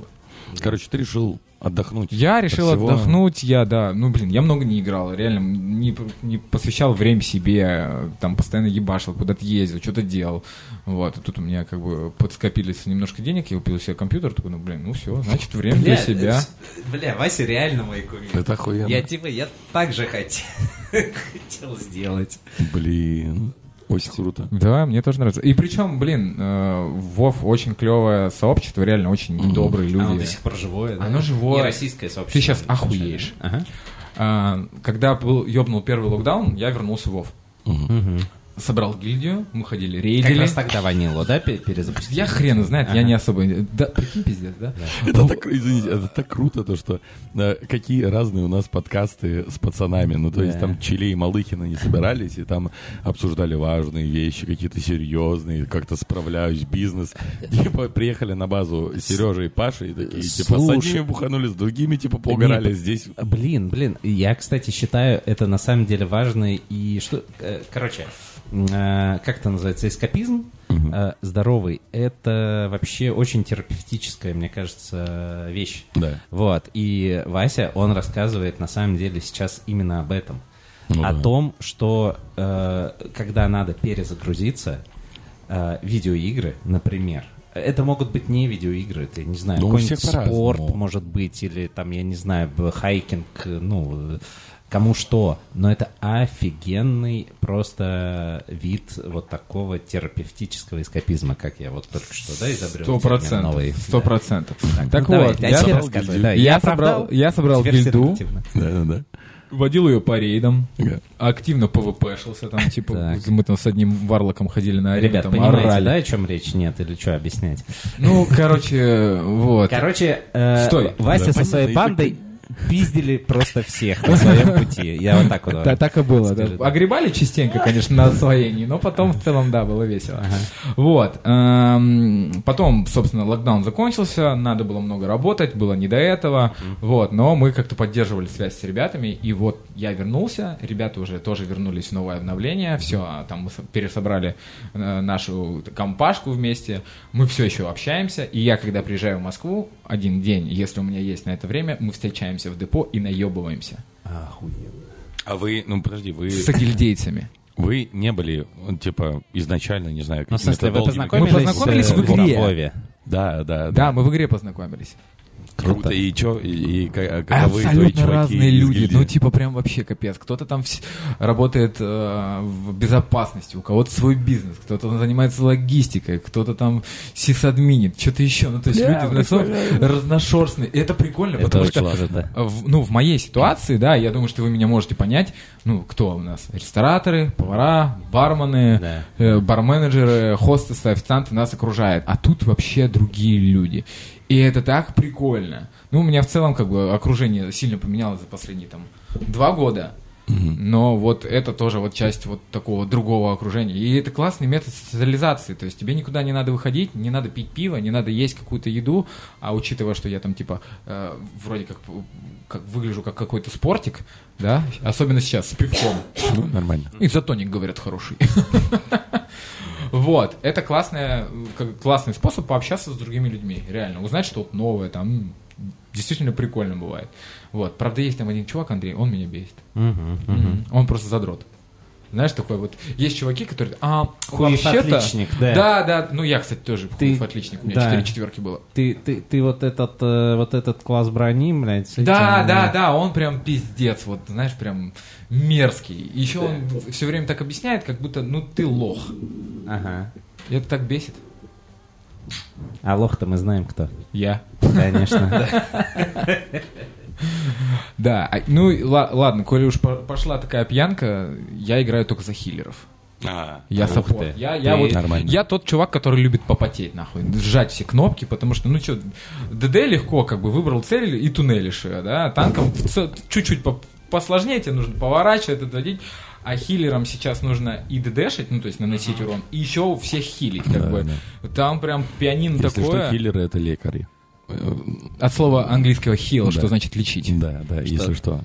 [SPEAKER 2] Короче, ты решил отдохнуть.
[SPEAKER 3] Я решил
[SPEAKER 2] всего.
[SPEAKER 3] отдохнуть, я, да, ну, блин, я много не играл, реально, не, п- не посвящал время себе, э, там, постоянно ебашил, куда-то ездил, что-то делал, вот, и тут у меня, как бы, подскопились немножко денег, я купил себе компьютер, такой, ну, блин, ну, все, значит, время для
[SPEAKER 1] Бля,
[SPEAKER 3] себя.
[SPEAKER 1] э, Бля, Вася реально мой кумир.
[SPEAKER 2] Это охуенно.
[SPEAKER 1] Я типа, я так же хотел, хотел сделать.
[SPEAKER 2] Блин, очень круто.
[SPEAKER 3] Да, мне тоже нравится. И причем, блин, э, Вов очень клевое сообщество, реально очень
[SPEAKER 2] Мгм.
[SPEAKER 3] добрые люди.
[SPEAKER 1] Оно до сих пор живое. да?
[SPEAKER 3] Оно живое.
[SPEAKER 1] И российское а сообщество.
[SPEAKER 3] Ты щас
[SPEAKER 1] очень большое.
[SPEAKER 3] охуеешь.
[SPEAKER 1] Ага.
[SPEAKER 3] А, когда был, ёбнул первый локдаун, я вернулся в Вов.
[SPEAKER 2] Мгм.
[SPEAKER 3] Собрал гильдию, мы ходили
[SPEAKER 1] Как
[SPEAKER 3] рейдили.
[SPEAKER 1] раз тогда ванилу, да, пе- перезапустили?
[SPEAKER 3] Я хрен знает, я не особо... Да, прикинь, пиздец, да?
[SPEAKER 2] Это так, извините, это так круто, то, что э, какие разные у нас подкасты с пацанами. Ну, то есть
[SPEAKER 1] Да.
[SPEAKER 2] там Чили и Малыхина не собирались, и там обсуждали важные вещи, какие-то серьезные, как-то справляюсь, бизнес.
[SPEAKER 3] Э,
[SPEAKER 2] Типа приехали на базу Сережа и Паша, и такие, типа, с
[SPEAKER 1] Слушай.
[SPEAKER 2] одними буханули, с другими, типа, поугарали здесь.
[SPEAKER 1] Блин, блин, я, кстати, считаю это на самом деле важно и что, э, короче, э, как это называется, эскапизм э, здоровый. Это вообще очень терапевтическая, мне кажется, вещь.
[SPEAKER 2] Да.
[SPEAKER 1] Вот и Вася, он рассказывает на самом деле сейчас именно об этом,
[SPEAKER 2] Ну
[SPEAKER 1] о
[SPEAKER 2] да.
[SPEAKER 1] том, что э, когда надо перезагрузиться, э, видеоигры, например. Это могут быть не видеоигры, это, я не знаю,
[SPEAKER 2] Ну, у
[SPEAKER 1] какой-нибудь
[SPEAKER 2] всех по-разному.
[SPEAKER 1] спорт, может быть, или там, я не знаю, б- хайкинг, э, ну, э, кому что. Но это офигенный просто вид вот такого терапевтического эскапизма, как я вот только что, да, изобрел?
[SPEAKER 3] Сто
[SPEAKER 1] термин
[SPEAKER 3] процентов.
[SPEAKER 1] новый.
[SPEAKER 3] Сто процентов. Так
[SPEAKER 1] Давай,
[SPEAKER 3] вот,
[SPEAKER 1] а
[SPEAKER 3] я
[SPEAKER 1] тебе
[SPEAKER 2] собрал
[SPEAKER 1] рассказывай,
[SPEAKER 2] гильдию.
[SPEAKER 1] да,
[SPEAKER 3] я собрал, я собрал
[SPEAKER 1] Теперь все
[SPEAKER 3] гильду,
[SPEAKER 1] оперативно.
[SPEAKER 2] Да, да,
[SPEAKER 3] водил ее по рейдам,
[SPEAKER 2] да.
[SPEAKER 3] активно пвпшился там, типа,
[SPEAKER 1] Так.
[SPEAKER 3] мы там с одним варлоком ходили на арену,
[SPEAKER 1] Ребят,
[SPEAKER 3] там
[SPEAKER 1] понимаете, да,
[SPEAKER 3] орали.
[SPEAKER 1] о чем речь? Нет, или что объяснять?
[SPEAKER 3] Ну, короче, вот.
[SPEAKER 1] Короче, э,
[SPEAKER 3] Стой.
[SPEAKER 1] Вася
[SPEAKER 2] Да,
[SPEAKER 1] со своей
[SPEAKER 2] понятно,
[SPEAKER 1] бандой пиздили просто всех на своем пути. Я вот так вот.
[SPEAKER 3] Да, так и было. да.
[SPEAKER 1] Скажи, да.
[SPEAKER 3] Огребали частенько, конечно, на освоении, но потом в целом, да, было весело. Вот. эм, Потом, собственно, локдаун закончился, надо было много работать, было не до этого. Вот, но мы как-то поддерживали связь с ребятами, и вот я вернулся, ребята уже тоже вернулись в новое обновление, все, там мы со- пересобрали э, нашу компашку вместе, мы все еще общаемся, и я, когда приезжаю в Москву, один день, если у меня есть на это время, мы встречаемся в депо и наебываемся
[SPEAKER 1] Охуенно.
[SPEAKER 2] А вы, ну подожди, вы,
[SPEAKER 3] с гильдейцами.
[SPEAKER 2] вы не были, ну, типа, изначально, не знаю,
[SPEAKER 1] Ну, в
[SPEAKER 2] какими-то
[SPEAKER 1] смысле, вы
[SPEAKER 2] долгими-
[SPEAKER 1] познакомились,
[SPEAKER 3] Мы познакомились
[SPEAKER 1] э,
[SPEAKER 3] в игре.
[SPEAKER 1] Львове?
[SPEAKER 2] Да, да,
[SPEAKER 3] Да, мы в игре познакомились.
[SPEAKER 2] Круто.
[SPEAKER 1] Круто.
[SPEAKER 2] И чё, и, и ка- каковы твои
[SPEAKER 3] Абсолютно
[SPEAKER 2] чуваки
[SPEAKER 3] разные
[SPEAKER 2] из
[SPEAKER 3] люди.
[SPEAKER 2] гильдии?
[SPEAKER 3] Ну, типа, прям вообще капец. Кто-то там вс- работает э, в безопасности, у кого-то свой бизнес, кто-то занимается логистикой, кто-то там сисадминит, что-то еще. Ну, то есть люди разношерстные. разношерстные. И это прикольно,
[SPEAKER 1] Это
[SPEAKER 3] потому
[SPEAKER 1] очень
[SPEAKER 3] что
[SPEAKER 1] круто.
[SPEAKER 3] в- ну, в моей ситуации, да, я думаю, что вы меня можете понять, ну, кто у нас? Рестораторы, повара, бармены,
[SPEAKER 1] Да.
[SPEAKER 3] э, барменеджеры, хостесы, официанты нас окружают. А тут вообще другие люди. И это так прикольно. Ну, у меня в целом, как бы, окружение сильно поменялось за последние, там, два года. Но вот это тоже вот часть вот такого другого окружения. И это классный метод социализации. То есть тебе никуда не надо выходить, не надо пить пиво, не надо есть какую-то еду. А учитывая, что я там типа э, вроде как, п- как выгляжу как какой-то спортик, да, особенно сейчас с пивком.
[SPEAKER 2] Ну, нормально.
[SPEAKER 3] И затоник, говорят, хороший. Вот, это классная, как- классный способ пообщаться с другими людьми, реально, узнать что-то новое, там, м, действительно прикольно бывает. Вот, правда, есть там один чувак, Андрей, он меня бесит. Мгм. Он просто задрот. Знаешь, такой вот, есть чуваки, которые, а,
[SPEAKER 1] Хуев
[SPEAKER 3] вообще-то...
[SPEAKER 1] отличник, да.
[SPEAKER 3] Да, да, ну я, кстати, тоже
[SPEAKER 1] Ты-
[SPEAKER 3] хуев отличник, у меня
[SPEAKER 1] да.
[SPEAKER 3] четыре четверки было.
[SPEAKER 1] Ты, ты, ты вот этот, э, вот этот класс брони, блядь. с
[SPEAKER 3] Да,
[SPEAKER 1] этим,
[SPEAKER 3] да,
[SPEAKER 1] э,
[SPEAKER 3] да, он прям пиздец, вот, знаешь, прям мерзкий. Еще он все время так объясняет, как будто, ну, ты лох.
[SPEAKER 1] Ага.
[SPEAKER 3] И это так бесит.
[SPEAKER 1] А лох-то мы знаем кто.
[SPEAKER 3] Я.
[SPEAKER 1] Конечно. Да.
[SPEAKER 3] Да, а- ну и ла- ладно, коли уж по- пошла такая пьянка, я играю только за хиллеров.
[SPEAKER 2] А,
[SPEAKER 3] Я
[SPEAKER 1] Ух
[SPEAKER 3] саппорт.
[SPEAKER 1] ты.
[SPEAKER 3] Я, я
[SPEAKER 1] Ты-
[SPEAKER 3] вот,
[SPEAKER 2] Нормально.
[SPEAKER 3] я тот чувак, который любит попотеть, нахуй. Сжать все кнопки, потому что, ну что, ДД легко, как бы, выбрал цель и туннелишь ее, да. Танком в ц- чуть-чуть по- посложнее, тебе нужно поворачивать, отводить. А хилерам сейчас нужно и ДДшить, ну, то есть наносить урон, и еще всех хилить, как
[SPEAKER 2] Да,
[SPEAKER 3] бы. Там прям пианино
[SPEAKER 2] Если
[SPEAKER 3] такое.
[SPEAKER 2] что, киллеры — это лекари. Э,
[SPEAKER 3] От слова английского heal,
[SPEAKER 2] Да.
[SPEAKER 3] что значит лечить.
[SPEAKER 2] Да, да, если что.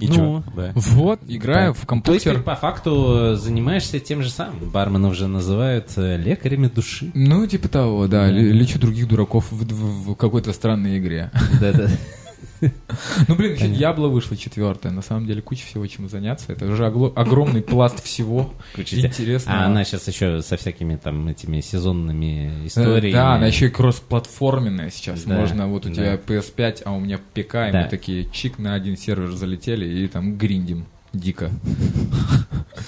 [SPEAKER 2] И
[SPEAKER 1] Ну,
[SPEAKER 2] чё? Да.
[SPEAKER 3] Вот, играю в
[SPEAKER 1] То есть ты
[SPEAKER 3] компьютер.
[SPEAKER 1] по факту э, занимаешься тем же самым. Барменов же называют э, лекарями души.
[SPEAKER 3] Ну, типа того, да, ле- лечу других дураков в- в в какой-то странной игре.
[SPEAKER 1] Да-да.
[SPEAKER 3] Ну, блин, еще Диабло вышло четвертое. На самом деле куча всего чем заняться. Это уже огло- огромный пласт всего
[SPEAKER 1] Куча тебя.
[SPEAKER 3] интересного.
[SPEAKER 1] А она сейчас еще со всякими там этими сезонными
[SPEAKER 3] Э,
[SPEAKER 1] историями.
[SPEAKER 3] Да, она еще и кроссплатформенная сейчас.
[SPEAKER 1] Да,
[SPEAKER 3] Можно, вот у
[SPEAKER 1] да.
[SPEAKER 3] тебя PS5, а у меня ПК, и
[SPEAKER 1] Да.
[SPEAKER 3] мы такие чик на один сервер залетели и там гриндим. Дико.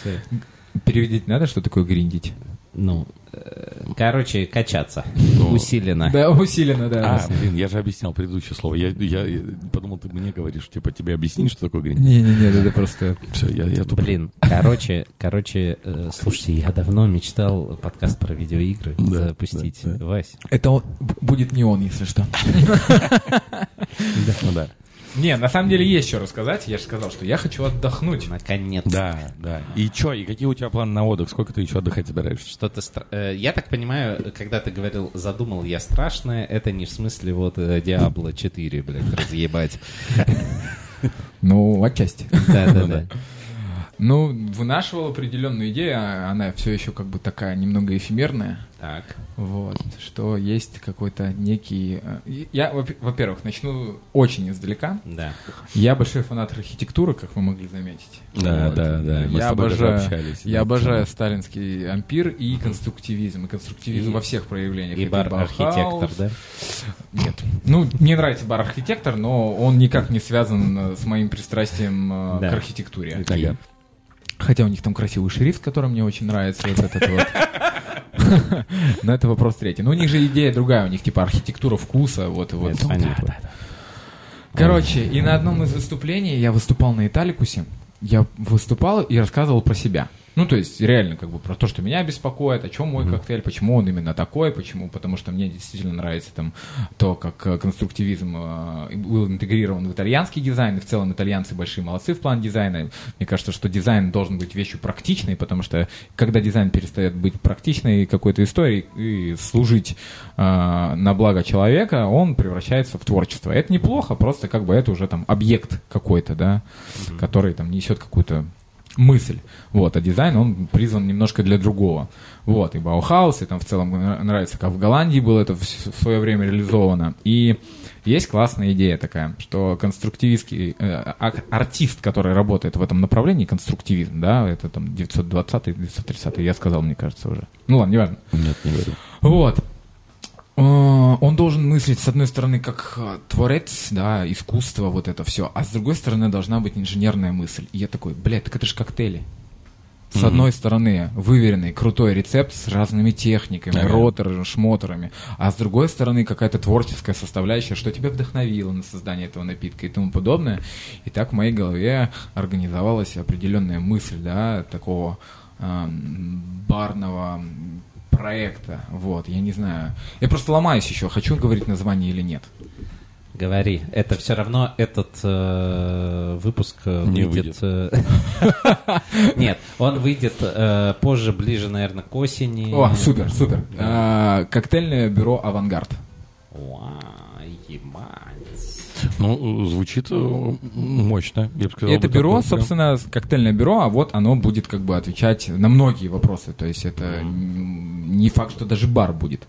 [SPEAKER 1] Всё.
[SPEAKER 3] Переведить надо, что такое гриндить?
[SPEAKER 1] Ну, э, короче, качаться.
[SPEAKER 2] Ну,
[SPEAKER 1] Усиленно.
[SPEAKER 3] Да, усиленно, да.
[SPEAKER 2] А, блин, я же объяснял предыдущее слово. Я, я- я подумал, ты мне говоришь, типа, тебе объяснить, что такое грин.
[SPEAKER 3] Не-не-не, это просто...
[SPEAKER 2] Все, я, я туплю.
[SPEAKER 1] Блин, короче, короче, э, слушайте, я давно мечтал подкаст про видеоигры
[SPEAKER 2] Да,
[SPEAKER 1] запустить.
[SPEAKER 2] да, да.
[SPEAKER 1] Вась.
[SPEAKER 3] Это он- б- будет не он, если что.
[SPEAKER 2] Ну да.
[SPEAKER 3] Не, на самом деле есть что рассказать. Я же сказал, что я хочу отдохнуть.
[SPEAKER 1] Наконец.
[SPEAKER 2] Да, да. И чё, и какие у тебя планы на отдых? Сколько ты еще отдыхать собираешься?
[SPEAKER 1] Что-то стра- э, Я так понимаю, когда ты говорил, задумал я страшное, это не в смысле вот э, Диабло 4, блядь, разъебать.
[SPEAKER 3] Ну, отчасти.
[SPEAKER 1] Да-да-да.
[SPEAKER 3] Ну, вынашивал определенную идею, а она все еще как бы такая немного эфемерная.
[SPEAKER 1] Так.
[SPEAKER 3] Вот, что есть какой-то некий... э, Я, во- во-первых, начну очень издалека.
[SPEAKER 1] Да.
[SPEAKER 3] Я большой фанат архитектуры, как вы могли заметить.
[SPEAKER 2] Да,
[SPEAKER 3] Вот.
[SPEAKER 2] да, да. Мы
[SPEAKER 3] Я
[SPEAKER 2] с тобой даже
[SPEAKER 3] обожаю,
[SPEAKER 2] общались.
[SPEAKER 3] я обожаю сталинский ампир и конструктивизм. И конструктивизм
[SPEAKER 1] И-
[SPEAKER 3] во всех проявлениях.
[SPEAKER 1] И
[SPEAKER 3] Это
[SPEAKER 1] бар-архитектор,
[SPEAKER 3] Баухаус.
[SPEAKER 1] да?
[SPEAKER 3] Нет. Ну, мне нравится бар-архитектор, но он никак не связан э, с моим пристрастием э,
[SPEAKER 1] Да.
[SPEAKER 3] к архитектуре.
[SPEAKER 2] Ага.
[SPEAKER 3] Хотя у них там красивый шрифт, который мне очень нравится, вот этот вот. Но это вопрос третий. Но у них же идея другая, у них типа архитектура вкуса, вот и вот.
[SPEAKER 1] Это понятно.
[SPEAKER 3] Короче, и на одном из выступлений я выступал на Италикусе. Я выступал и рассказывал про себя. Ну, то есть, реально, как бы про то, что меня беспокоит, о чем мой коктейль, почему он именно такой, почему, потому что мне действительно нравится там то, как э, конструктивизм э, был интегрирован в итальянский дизайн, и в целом итальянцы большие молодцы в плане дизайна. Мне кажется, что дизайн должен быть вещью практичной, потому что когда дизайн перестает быть практичной какой-то историей и служить э, на благо человека, он превращается в творчество. Это неплохо, просто как бы это уже там объект какой-то, да, который там несет какую-то мысль. Вот, а дизайн, он призван немножко для другого. Вот, и Баухаус, и там в целом нра- нравится, как в Голландии было это в с- в свое время реализовано. И есть классная идея такая, что конструктивистский э, ак- артист, который работает в этом направлении, конструктивизм, да, это там 920-930, я сказал, мне кажется, уже. Ну ладно, неважно.
[SPEAKER 2] э, Нет, не говорю.
[SPEAKER 3] Вот. Э, Он должен мыслить, с одной стороны, как э, творец, да, искусство, вот это все, а с другой стороны, должна быть инженерная мысль. И я такой, блядь, так это же коктейли. С
[SPEAKER 2] Мгм.
[SPEAKER 3] одной стороны, выверенный, крутой рецепт с разными техниками,
[SPEAKER 2] Ага.
[SPEAKER 3] роторами, шмоторами, а с другой стороны, какая-то творческая составляющая, что тебя вдохновило на создание этого напитка и тому подобное. И так в моей голове организовалась определенная мысль, да, такого эм, барного проекта. Вот, я не знаю. Я просто ломаюсь еще, хочу говорить название или нет.
[SPEAKER 1] Говори. Это все равно этот э, выпуск э,
[SPEAKER 2] Не
[SPEAKER 1] выйдет. э, Нет, он выйдет э, позже, ближе, наверное, к осени.
[SPEAKER 3] О, супер, супер. А, коктейльное бюро «Авангард».
[SPEAKER 1] Уа, ебать.
[SPEAKER 2] Ну, э, звучит э, мощно, я бы сказал.
[SPEAKER 3] это
[SPEAKER 2] бы
[SPEAKER 3] бюро,
[SPEAKER 2] такое прям.
[SPEAKER 3] собственно, с- коктейльное бюро, а вот оно будет как бы отвечать на многие вопросы. То есть это м, не факт, что даже бар будет.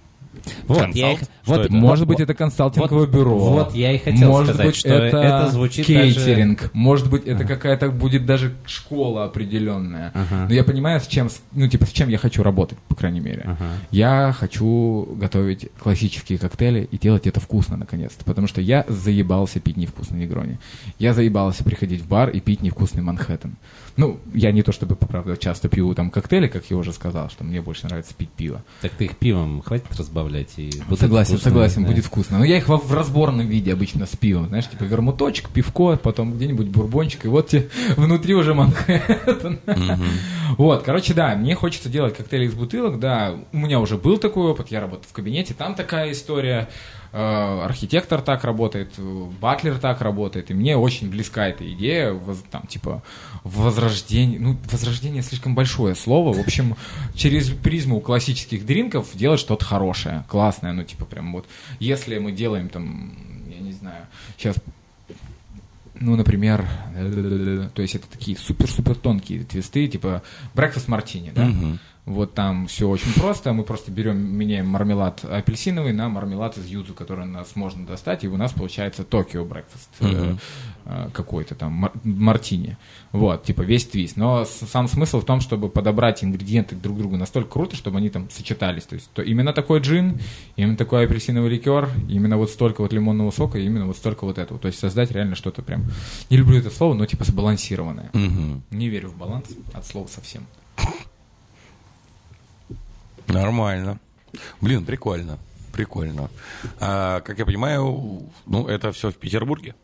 [SPEAKER 1] Вот, я их-
[SPEAKER 2] Консалт?
[SPEAKER 1] вот,
[SPEAKER 2] Что это?
[SPEAKER 1] вот,
[SPEAKER 3] Может быть, это консалтинговое
[SPEAKER 1] вот-
[SPEAKER 3] бюро.
[SPEAKER 1] вот я и хотел
[SPEAKER 3] Может
[SPEAKER 1] сказать,
[SPEAKER 3] быть,
[SPEAKER 1] что
[SPEAKER 3] это,
[SPEAKER 1] это звучит
[SPEAKER 3] кейтеринг. Может быть, это какая-то будет даже школа определенная.
[SPEAKER 1] Ага.
[SPEAKER 3] Но я понимаю, с чем, с- ну, типа, с чем я хочу работать, по крайней мере.
[SPEAKER 1] Ага.
[SPEAKER 3] Я хочу готовить классические коктейли и делать это вкусно, наконец-то. Потому что я заебался пить невкусный негрони. Я заебался приходить в бар и пить невкусный Манхэттен. Ну, я не то чтобы, правда, часто пью там коктейли, как я уже сказал, что мне больше нравится пить пиво.
[SPEAKER 1] Так ты их пивом хватит блядь, и
[SPEAKER 3] Ну,
[SPEAKER 1] будет
[SPEAKER 3] согласен,
[SPEAKER 1] вкусно,
[SPEAKER 3] согласен,
[SPEAKER 1] да.
[SPEAKER 3] будет вкусно. Но я их во- в разборном виде обычно с пивом, знаешь, типа вермуточек, пивко, потом где-нибудь бурбончик, и вот тебе внутри уже Манхэттен. Вот, короче, да, мне хочется делать коктейли из бутылок, да, у меня уже был такой опыт, я работал в кабинете, там такая история, э, архитектор так работает, э, батлер так работает, и мне очень близка эта идея, воз- там, типа, возрождение, ну, возрождение слишком большое слово, в общем, через призму классических дринков делать что-то хорошее, классное, ну, типа, прям вот, если мы делаем, там, я не знаю, сейчас ну, например, то есть это такие супер-супер тонкие твисты, типа breakfast мартини, да?
[SPEAKER 2] Мгм.
[SPEAKER 3] Вот там все очень просто, мы просто берем, меняем мармелад апельсиновый на мармелад из юзу, который у нас можно достать, и у нас получается Токио breakfast э,
[SPEAKER 2] Мгм.
[SPEAKER 3] э, какой-то там мар- мартини. Вот, типа весь твист. Но с- сам смысл в том, чтобы подобрать ингредиенты друг к другу настолько круто, чтобы они там сочетались. То есть то именно такой джин, именно такой апельсиновый ликер, именно вот столько вот лимонного сока, и именно вот столько вот этого. То есть создать реально что-то прям, не люблю это слово, но типа сбалансированное.
[SPEAKER 2] Мгм.
[SPEAKER 3] Не верю в баланс от слова совсем.
[SPEAKER 2] Нормально. Блин, прикольно. Прикольно. А, как я понимаю, ну, это все в Петербурге.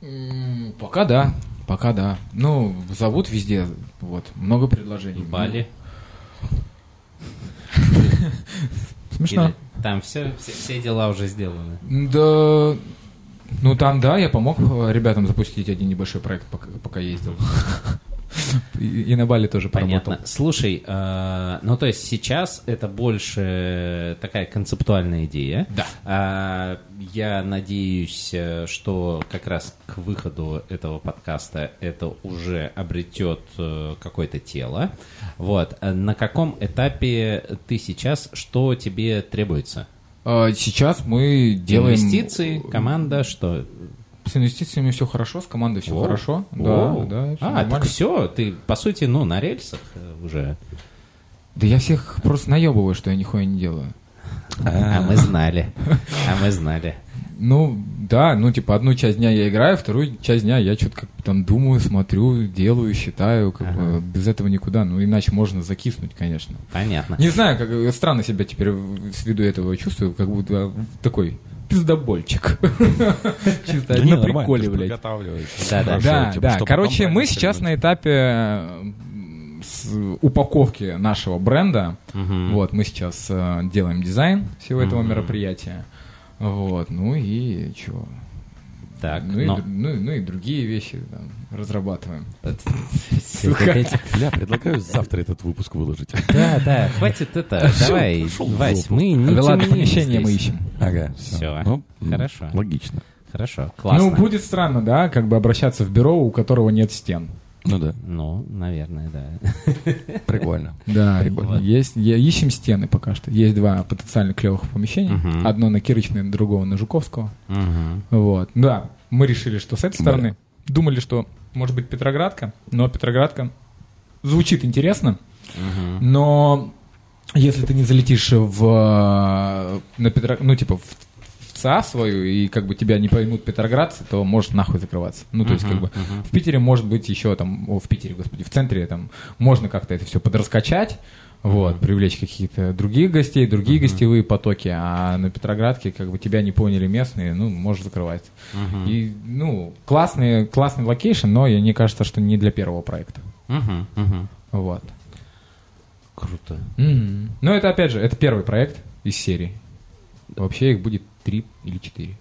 [SPEAKER 3] М, Пока да, пока да. Ну, зовут везде, вот, много предложений.
[SPEAKER 1] Бали.
[SPEAKER 3] Ну, Смешно.
[SPEAKER 1] Или Там все, все, все дела уже сделаны.
[SPEAKER 3] Да, ну там да, я помог э, ребятам запустить один небольшой проект, пока, пока ездил. И и на Бали тоже
[SPEAKER 1] Понятно.
[SPEAKER 3] поработал.
[SPEAKER 1] Слушай, а, ну то есть сейчас это больше такая концептуальная идея.
[SPEAKER 3] Да.
[SPEAKER 1] А, Я надеюсь, э, что как раз к выходу этого подкаста это уже обретет э, какое-то тело. Вот. А На каком этапе ты сейчас, что тебе требуется?
[SPEAKER 3] А, Сейчас мы делаем...
[SPEAKER 1] Инвестиции, команда, что?
[SPEAKER 3] С инвестициями все хорошо, с командой все
[SPEAKER 1] Воу.
[SPEAKER 3] хорошо. Да,
[SPEAKER 1] Воу.
[SPEAKER 3] да, всё
[SPEAKER 1] а,
[SPEAKER 3] нормально.
[SPEAKER 1] так все, ты, по сути, ну, на рельсах э, уже.
[SPEAKER 3] Да я всех просто наебываю, что я нихуя не делаю.
[SPEAKER 1] А мы знали. А мы знали.
[SPEAKER 3] Ну, да, ну, типа, одну часть дня я играю, вторую часть дня я что-то как бы там думаю, смотрю, делаю, считаю, как бы, без этого никуда. Ну, иначе можно закиснуть, конечно.
[SPEAKER 1] Понятно.
[SPEAKER 3] Не знаю, как э, странно себя теперь в- с виду этого чувствую, как будто э, такой пиздобольчик. Чисто на приколе, блядь.
[SPEAKER 1] Да, да.
[SPEAKER 3] Да,
[SPEAKER 2] типа,
[SPEAKER 3] да. Короче, мы сейчас на этапе э, с- упаковки нашего бренда.
[SPEAKER 1] Мгм.
[SPEAKER 3] Вот, мы сейчас э, делаем дизайн всего этого мероприятия. Вот, ну и чего?
[SPEAKER 1] Так,
[SPEAKER 3] ну, и,
[SPEAKER 1] но-
[SPEAKER 3] др- ну, и- ну и другие вещи там, разрабатываем.
[SPEAKER 1] Сука.
[SPEAKER 2] Бля, предлагаю завтра этот выпуск выложить.
[SPEAKER 1] Да, да, хватит это.
[SPEAKER 2] Всё,
[SPEAKER 1] Давай,
[SPEAKER 2] пошёл в
[SPEAKER 1] Вась,
[SPEAKER 2] жопу.
[SPEAKER 1] мы не
[SPEAKER 3] да ладно, помещение мы ищем.
[SPEAKER 2] Ага, всё. Ну,
[SPEAKER 1] Всё.
[SPEAKER 2] м,
[SPEAKER 1] Хорошо.
[SPEAKER 2] Логично.
[SPEAKER 1] Хорошо, классно.
[SPEAKER 3] Ну, будет странно, да, как бы обращаться в бюро, у которого нет стен.
[SPEAKER 2] Ну да,
[SPEAKER 1] Ну, наверное, да.
[SPEAKER 2] прикольно.
[SPEAKER 3] Да,
[SPEAKER 2] Прикольно.
[SPEAKER 3] есть, е- ищем стены пока что. Есть два потенциально клевых помещения.
[SPEAKER 1] Мгм.
[SPEAKER 3] Одно на Кирочной, другого на Жуковского.
[SPEAKER 1] Мгм.
[SPEAKER 3] Вот. Да, мы решили, что с этой
[SPEAKER 2] Да.
[SPEAKER 3] стороны. Думали, что может быть Петроградка, но Петроградка звучит интересно,
[SPEAKER 1] Мгм.
[SPEAKER 3] но если ты не залетишь в э, на Петро... ну типа в в ЦА свою и как бы тебя не поймут петроградцы, то может нахуй закрываться. Ну то есть как бы в Питере может быть еще там, о, в Питере, господи, в центре там можно как-то это все подраскачать, вот, привлечь каких-то других гостей, другие гостевые потоки, а на Петроградке как бы тебя не поняли местные, ну, можешь закрывать. И, ну, классный, классный локейшн, но я- мне кажется, что не для первого проекта.
[SPEAKER 1] Мгм. Мгм.
[SPEAKER 3] Вот.
[SPEAKER 1] Круто.
[SPEAKER 3] Мгм. Но это, опять же, это первый проект из серии. Вообще их будет три или четыре.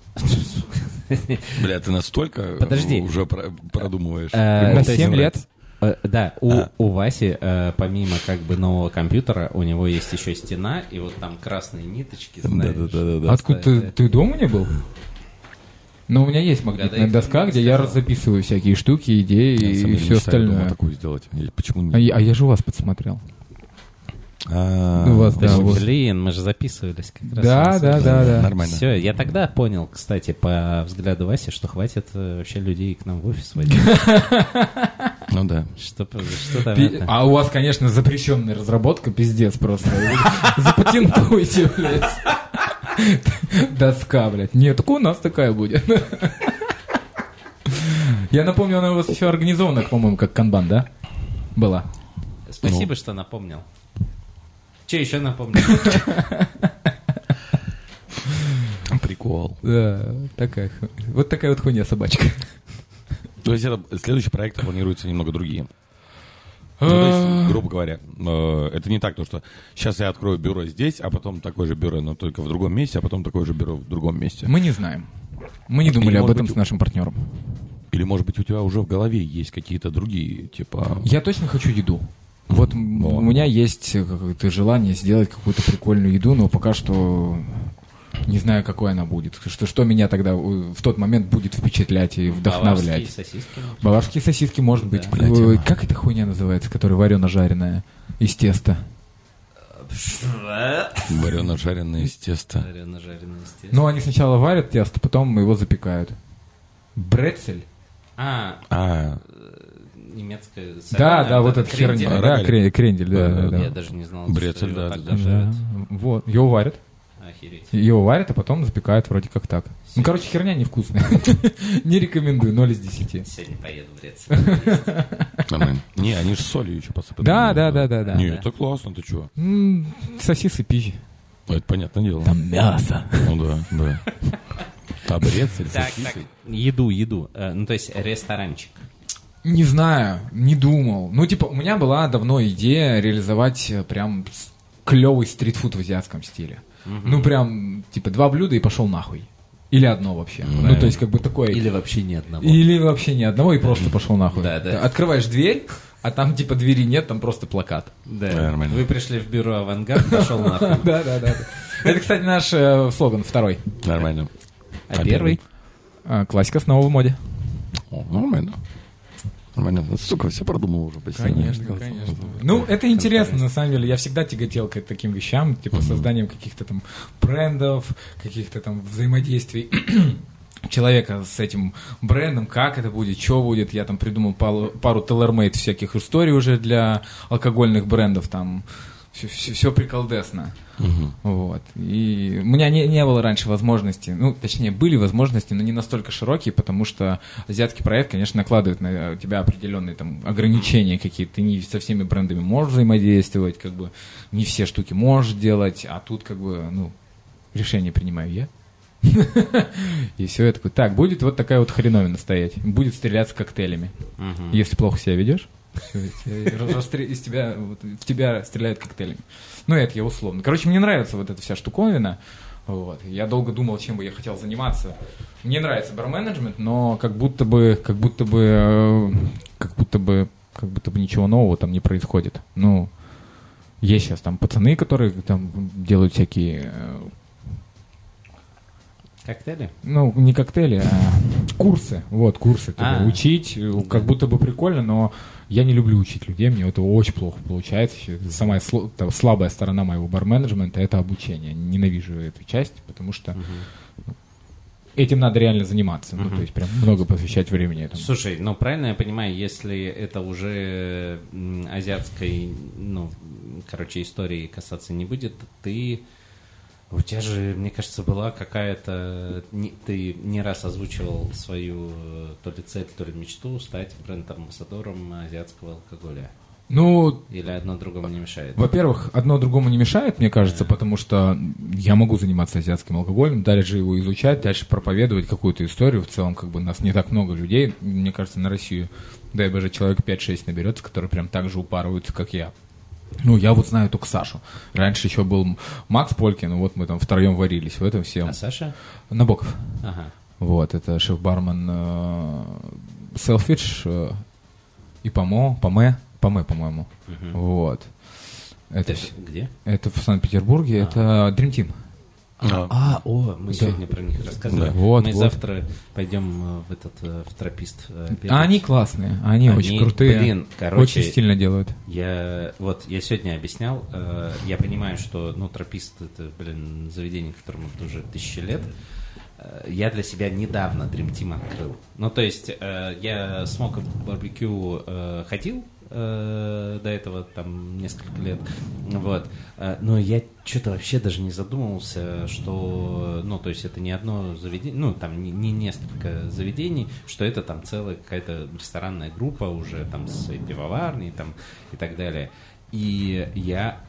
[SPEAKER 2] Бля, ты настолько
[SPEAKER 1] Подожди.
[SPEAKER 2] э, уже про- продумываешь.
[SPEAKER 1] Э,
[SPEAKER 2] Прикольно.
[SPEAKER 3] На
[SPEAKER 1] то есть-
[SPEAKER 3] семь лет.
[SPEAKER 1] Э, Да, у,
[SPEAKER 2] А.
[SPEAKER 1] у Васи, э, помимо как бы нового компьютера, у него есть еще стена, и вот там красные ниточки, знаешь.
[SPEAKER 2] Да-да-да.
[SPEAKER 3] Откуда ты, ты дома не был? Но Ну, у меня есть магнитная
[SPEAKER 1] Угадай, кто
[SPEAKER 3] доска,
[SPEAKER 1] мне
[SPEAKER 3] где я
[SPEAKER 1] сказал.
[SPEAKER 3] записываю всякие штуки, идеи и все остальное.
[SPEAKER 2] такую сделать. Или почему
[SPEAKER 3] А
[SPEAKER 2] не?
[SPEAKER 3] я, а я же у вас подсмотрел.
[SPEAKER 2] А,
[SPEAKER 3] У вас, да,
[SPEAKER 2] ну,
[SPEAKER 3] у вас.
[SPEAKER 1] Блин, мы же записывались как раз.
[SPEAKER 3] Да, да, да, да.
[SPEAKER 2] Нормально.
[SPEAKER 1] Все, я тогда понял, кстати, по взгляду Васи, что хватит э, вообще людей к нам в офис водить.
[SPEAKER 2] Ну да.
[SPEAKER 1] Что, что там
[SPEAKER 3] Пи-
[SPEAKER 1] это?
[SPEAKER 3] А у вас, конечно, запрещенная разработка, пиздец просто. Запатентуйте, блядь. Доска, блядь. Нет, так у нас такая будет. Я напомню, она у вас еще организована, по-моему, как канбан, да? Была. ну.
[SPEAKER 1] Спасибо, что напомнил. Че еще напомнил?
[SPEAKER 2] прикол.
[SPEAKER 3] Да, такая, ху- вот такая вот хуйня собачка.
[SPEAKER 2] То есть это следующий проект планируется немного другие.
[SPEAKER 3] А.
[SPEAKER 2] Ну, то есть, грубо говоря, э, это не так, то, что сейчас я открою бюро здесь, а потом такое же бюро, но только в другом месте, а потом такое же бюро в другом месте.
[SPEAKER 3] Мы не знаем. Мы не думали
[SPEAKER 2] Или,
[SPEAKER 3] об
[SPEAKER 2] может
[SPEAKER 3] этом
[SPEAKER 2] быть,
[SPEAKER 3] с нашим партнером.
[SPEAKER 2] Или, может быть, у тебя уже в голове есть какие-то другие, типа...
[SPEAKER 3] Я точно хочу еду. Вот м-
[SPEAKER 2] Вот.
[SPEAKER 3] у меня есть э, какое-то желание сделать какую-то прикольную еду, но пока что не знаю, какой она будет. Что, что меня тогда э, в тот момент будет впечатлять и
[SPEAKER 1] Баварские
[SPEAKER 3] вдохновлять.
[SPEAKER 1] сосиски.
[SPEAKER 3] Баварские сосиски, может быть.
[SPEAKER 1] Да.
[SPEAKER 3] Ой, Как эта хуйня называется, которая варено-жареная из теста?
[SPEAKER 2] Варено-жареное из теста.
[SPEAKER 1] Жареные, естественно.
[SPEAKER 3] Ну, они сначала варят тесто, потом его запекают. Брецель?
[SPEAKER 1] А,
[SPEAKER 2] А,
[SPEAKER 1] немецкая
[SPEAKER 3] Да,
[SPEAKER 1] соленая,
[SPEAKER 3] да, вот
[SPEAKER 1] этот
[SPEAKER 3] эта херня.
[SPEAKER 1] крендель.
[SPEAKER 3] Да,
[SPEAKER 2] Рагель.
[SPEAKER 3] кре- крендель, да, да, да.
[SPEAKER 1] Я даже не знал,
[SPEAKER 2] Брецель,
[SPEAKER 1] что его
[SPEAKER 2] да,
[SPEAKER 1] так
[SPEAKER 2] да,
[SPEAKER 3] Да.
[SPEAKER 1] готовят.
[SPEAKER 3] Вот, его варят.
[SPEAKER 1] Охереть.
[SPEAKER 3] Его варят, а потом запекают вроде как так. Ну, короче, херня невкусная. Не рекомендую, 0 из 10.
[SPEAKER 1] Сегодня поеду в Брецель.
[SPEAKER 2] нормально. Не, они же солью еще посыпают.
[SPEAKER 3] Да, да, да, да, да.
[SPEAKER 2] Не,
[SPEAKER 1] Да.
[SPEAKER 2] это классно, ты чего?
[SPEAKER 3] М, Сосисы пищи.
[SPEAKER 2] Это понятное дело.
[SPEAKER 3] мясо.
[SPEAKER 2] Ну да, да. Табрец или
[SPEAKER 1] Так, так,
[SPEAKER 2] сосисы?
[SPEAKER 1] еду, еду. Э, Ну, то есть ресторанчик.
[SPEAKER 3] Не знаю, не думал. Ну, типа, у меня была давно идея реализовать э, прям клевый стритфуд в азиатском стиле. Ну, прям, типа, два блюда и пошел нахуй. Или одно вообще. Ну, то есть, как бы такое...
[SPEAKER 1] Или вообще ни одного.
[SPEAKER 3] Или вообще ни одного и просто пошел нахуй.
[SPEAKER 1] Да, да.
[SPEAKER 3] Открываешь дверь, а там типа двери нет, там просто плакат.
[SPEAKER 1] Да,
[SPEAKER 2] Нормально.
[SPEAKER 1] Вы пришли в бюро «Авангард», пошел нахуй.
[SPEAKER 3] Да, да, да. Это, кстати, наш э, слоган второй.
[SPEAKER 2] Нормально.
[SPEAKER 1] А первый?
[SPEAKER 3] А, Классика снова в моде.
[SPEAKER 2] О, Нормально. Нормально. Сука, все продумал уже. спасибо.
[SPEAKER 3] Ну, это интересно, на самом деле. Я всегда тяготел к таким вещам, типа созданием каких-то там брендов, каких-то там взаимодействий человека с этим брендом, как это будет, что будет. Я там придумал пал- пару tailor-made всяких историй уже для алкогольных брендов, там все, приколдесно.
[SPEAKER 2] Мгм.
[SPEAKER 3] Вот. И у меня не, не было раньше возможности, ну, точнее, были возможности, но не настолько широкие, потому что азиатский проект, конечно, накладывает на э, тебя определенные там ограничения какие-то. Ты не со всеми брендами можешь взаимодействовать, как бы не все штуки можешь делать, а тут как бы, ну, решение принимаю я. И все, я такой, так, будет вот такая вот хреновина стоять. Будет стреляться коктейлями.
[SPEAKER 1] Мгм.
[SPEAKER 3] Если плохо себя ведешь, всё, и тебя- расстрел- из тебя, вот, в тебя стреляют коктейлями. Ну, это я условно. Короче, мне нравится вот эта вся штуковина. Вот. Я долго думал, чем бы я хотел заниматься. Мне нравится барменеджмент, но как будто бы, как будто бы, э, как будто бы, как будто бы ничего нового там не происходит. Ну, есть сейчас там пацаны, которые там делают всякие, э,
[SPEAKER 1] Коктейли?
[SPEAKER 3] ну, не коктейли, а курсы. Вот, курсы. типа,
[SPEAKER 1] А.
[SPEAKER 3] Учить, э, как будто бы прикольно, но я не люблю учить людей, мне это очень плохо получается. Ещё Самая сло- та- слабая сторона моего барменеджмента — это обучение. Ненавижу эту часть, потому что ну, этим надо реально заниматься. Ну, то есть прям много посвящать времени этому.
[SPEAKER 1] Слушай, ну правильно я понимаю, если это уже м, азиатской, ну, короче, истории касаться не будет, ты... У тебя же, мне кажется, была какая-то... не- Ты не раз озвучивал свою э, то ли цель, то ли мечту стать бренд-амбассадором азиатского алкоголя.
[SPEAKER 3] Ну,
[SPEAKER 1] Или одно другому не мешает.
[SPEAKER 3] Во-первых, одно другому не мешает, мне кажется, потому что я могу заниматься азиатским алкоголем, дальше его изучать, дальше проповедовать какую-то историю. В целом, как бы нас не так много людей. Мне кажется, на Россию, дай боже, человек 5-6 наберется, которые прям так же упарываются, как я. Ну, я вот знаю только Сашу. Раньше еще был М- Макс Полькин, вот мы там втроем варились в этом всем.
[SPEAKER 1] А Саша?
[SPEAKER 3] Набоков.
[SPEAKER 1] Ага.
[SPEAKER 3] Вот, это шеф-бармен э, Selfish э, и Помо, Поме, Поме, по-моему. Вот. Это,
[SPEAKER 1] Ты
[SPEAKER 3] вс-
[SPEAKER 1] где?
[SPEAKER 3] это в Санкт-Петербурге, это Dream Team.
[SPEAKER 2] Да.
[SPEAKER 1] А, о, мы сегодня про них рассказывали.
[SPEAKER 2] Да.
[SPEAKER 3] Вот,
[SPEAKER 1] мы
[SPEAKER 3] вот.
[SPEAKER 1] завтра пойдем э, в этот э, в тропист. э, бегать.
[SPEAKER 3] А они классные, они,
[SPEAKER 1] Они,
[SPEAKER 3] очень крутые,
[SPEAKER 1] блин, короче,
[SPEAKER 3] очень стильно делают.
[SPEAKER 1] Я вот я сегодня объяснял, э, я понимаю, что ну тропист это, блин, заведение, которому уже тысячи лет. Э, Я для себя недавно Dream Team открыл. Ну, то есть, э, я с Моком барбекю э, ходил э, до этого, там, несколько лет, вот. Э, но я что-то вообще даже не задумывался, что, ну, то есть, это не одно заведение, ну, там, не, не несколько заведений, что это там целая какая-то ресторанная группа уже, там, с своей пивоварней, там, и так далее. И я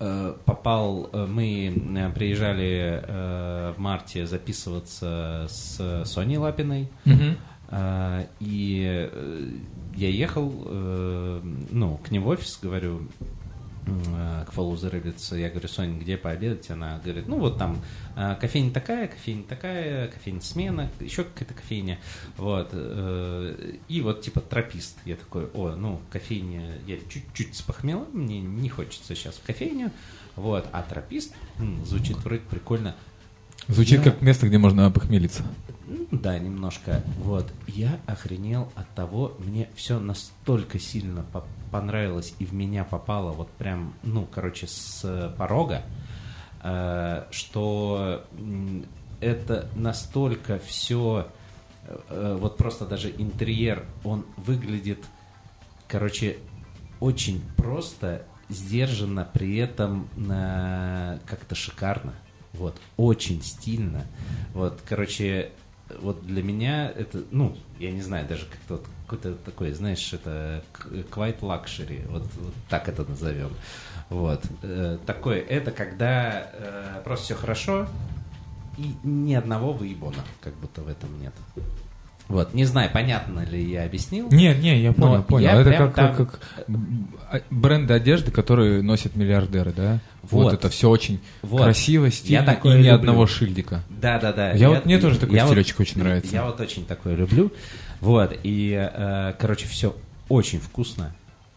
[SPEAKER 1] э, попал, э, мы э, приезжали э, в марте записываться с Соней Лапиной,
[SPEAKER 3] Мгм.
[SPEAKER 1] А, И э, я ехал, э, ну, к ним в офис, говорю, м, э, к Фоллу Зарылице, я говорю, Соня, где пообедать? Она говорит, ну, вот там а, кофейня такая, кофейня такая, кофейня смена, еще какая-то кофейня, вот. э, И вот, типа, тропист. Я такой, о, ну, кофейня, я чуть-чуть спохмела, мне не хочется сейчас в кофейню, вот. А тропист, м, звучит вроде прикольно,
[SPEAKER 3] Звучит
[SPEAKER 1] Я-
[SPEAKER 3] как место, где можно похмелиться.
[SPEAKER 1] ну, Да, немножко. Вот. Я охренел от того, мне все настолько сильно по- понравилось и в меня попало вот прям, ну, короче, с э, порога, э, что м, это настолько все, вот просто даже интерьер, он выглядит, короче, очень просто, сдержанно, при этом э, как-то шикарно. Вот, очень стильно. Вот, короче, вот для меня это, ну, я не знаю, даже как-то вот какой-то такой, знаешь, это к- quite luxury, вот, вот так это назовем. Вот. э, такое, это когда э, просто все хорошо, и ни одного выебона как будто в этом нет. Вот, не знаю, понятно ли я объяснил.
[SPEAKER 3] Не, не, Ну, я понял,
[SPEAKER 1] Но
[SPEAKER 3] понял.
[SPEAKER 1] я
[SPEAKER 3] это
[SPEAKER 1] прям
[SPEAKER 3] как,
[SPEAKER 1] там-
[SPEAKER 3] как- а, бренды одежды, которые носят миллиардеры, да? Вот,
[SPEAKER 1] Вот.
[SPEAKER 3] это все очень
[SPEAKER 1] Вот.
[SPEAKER 3] красиво, стильно
[SPEAKER 1] такое
[SPEAKER 3] и ни
[SPEAKER 1] люблю.
[SPEAKER 3] одного шильдика.
[SPEAKER 1] Да, да, да.
[SPEAKER 3] Я вот- мне тоже такой стилечек очень нравится.
[SPEAKER 1] Я вот очень такое люблю. Вот, и, э, короче, все очень вкусно.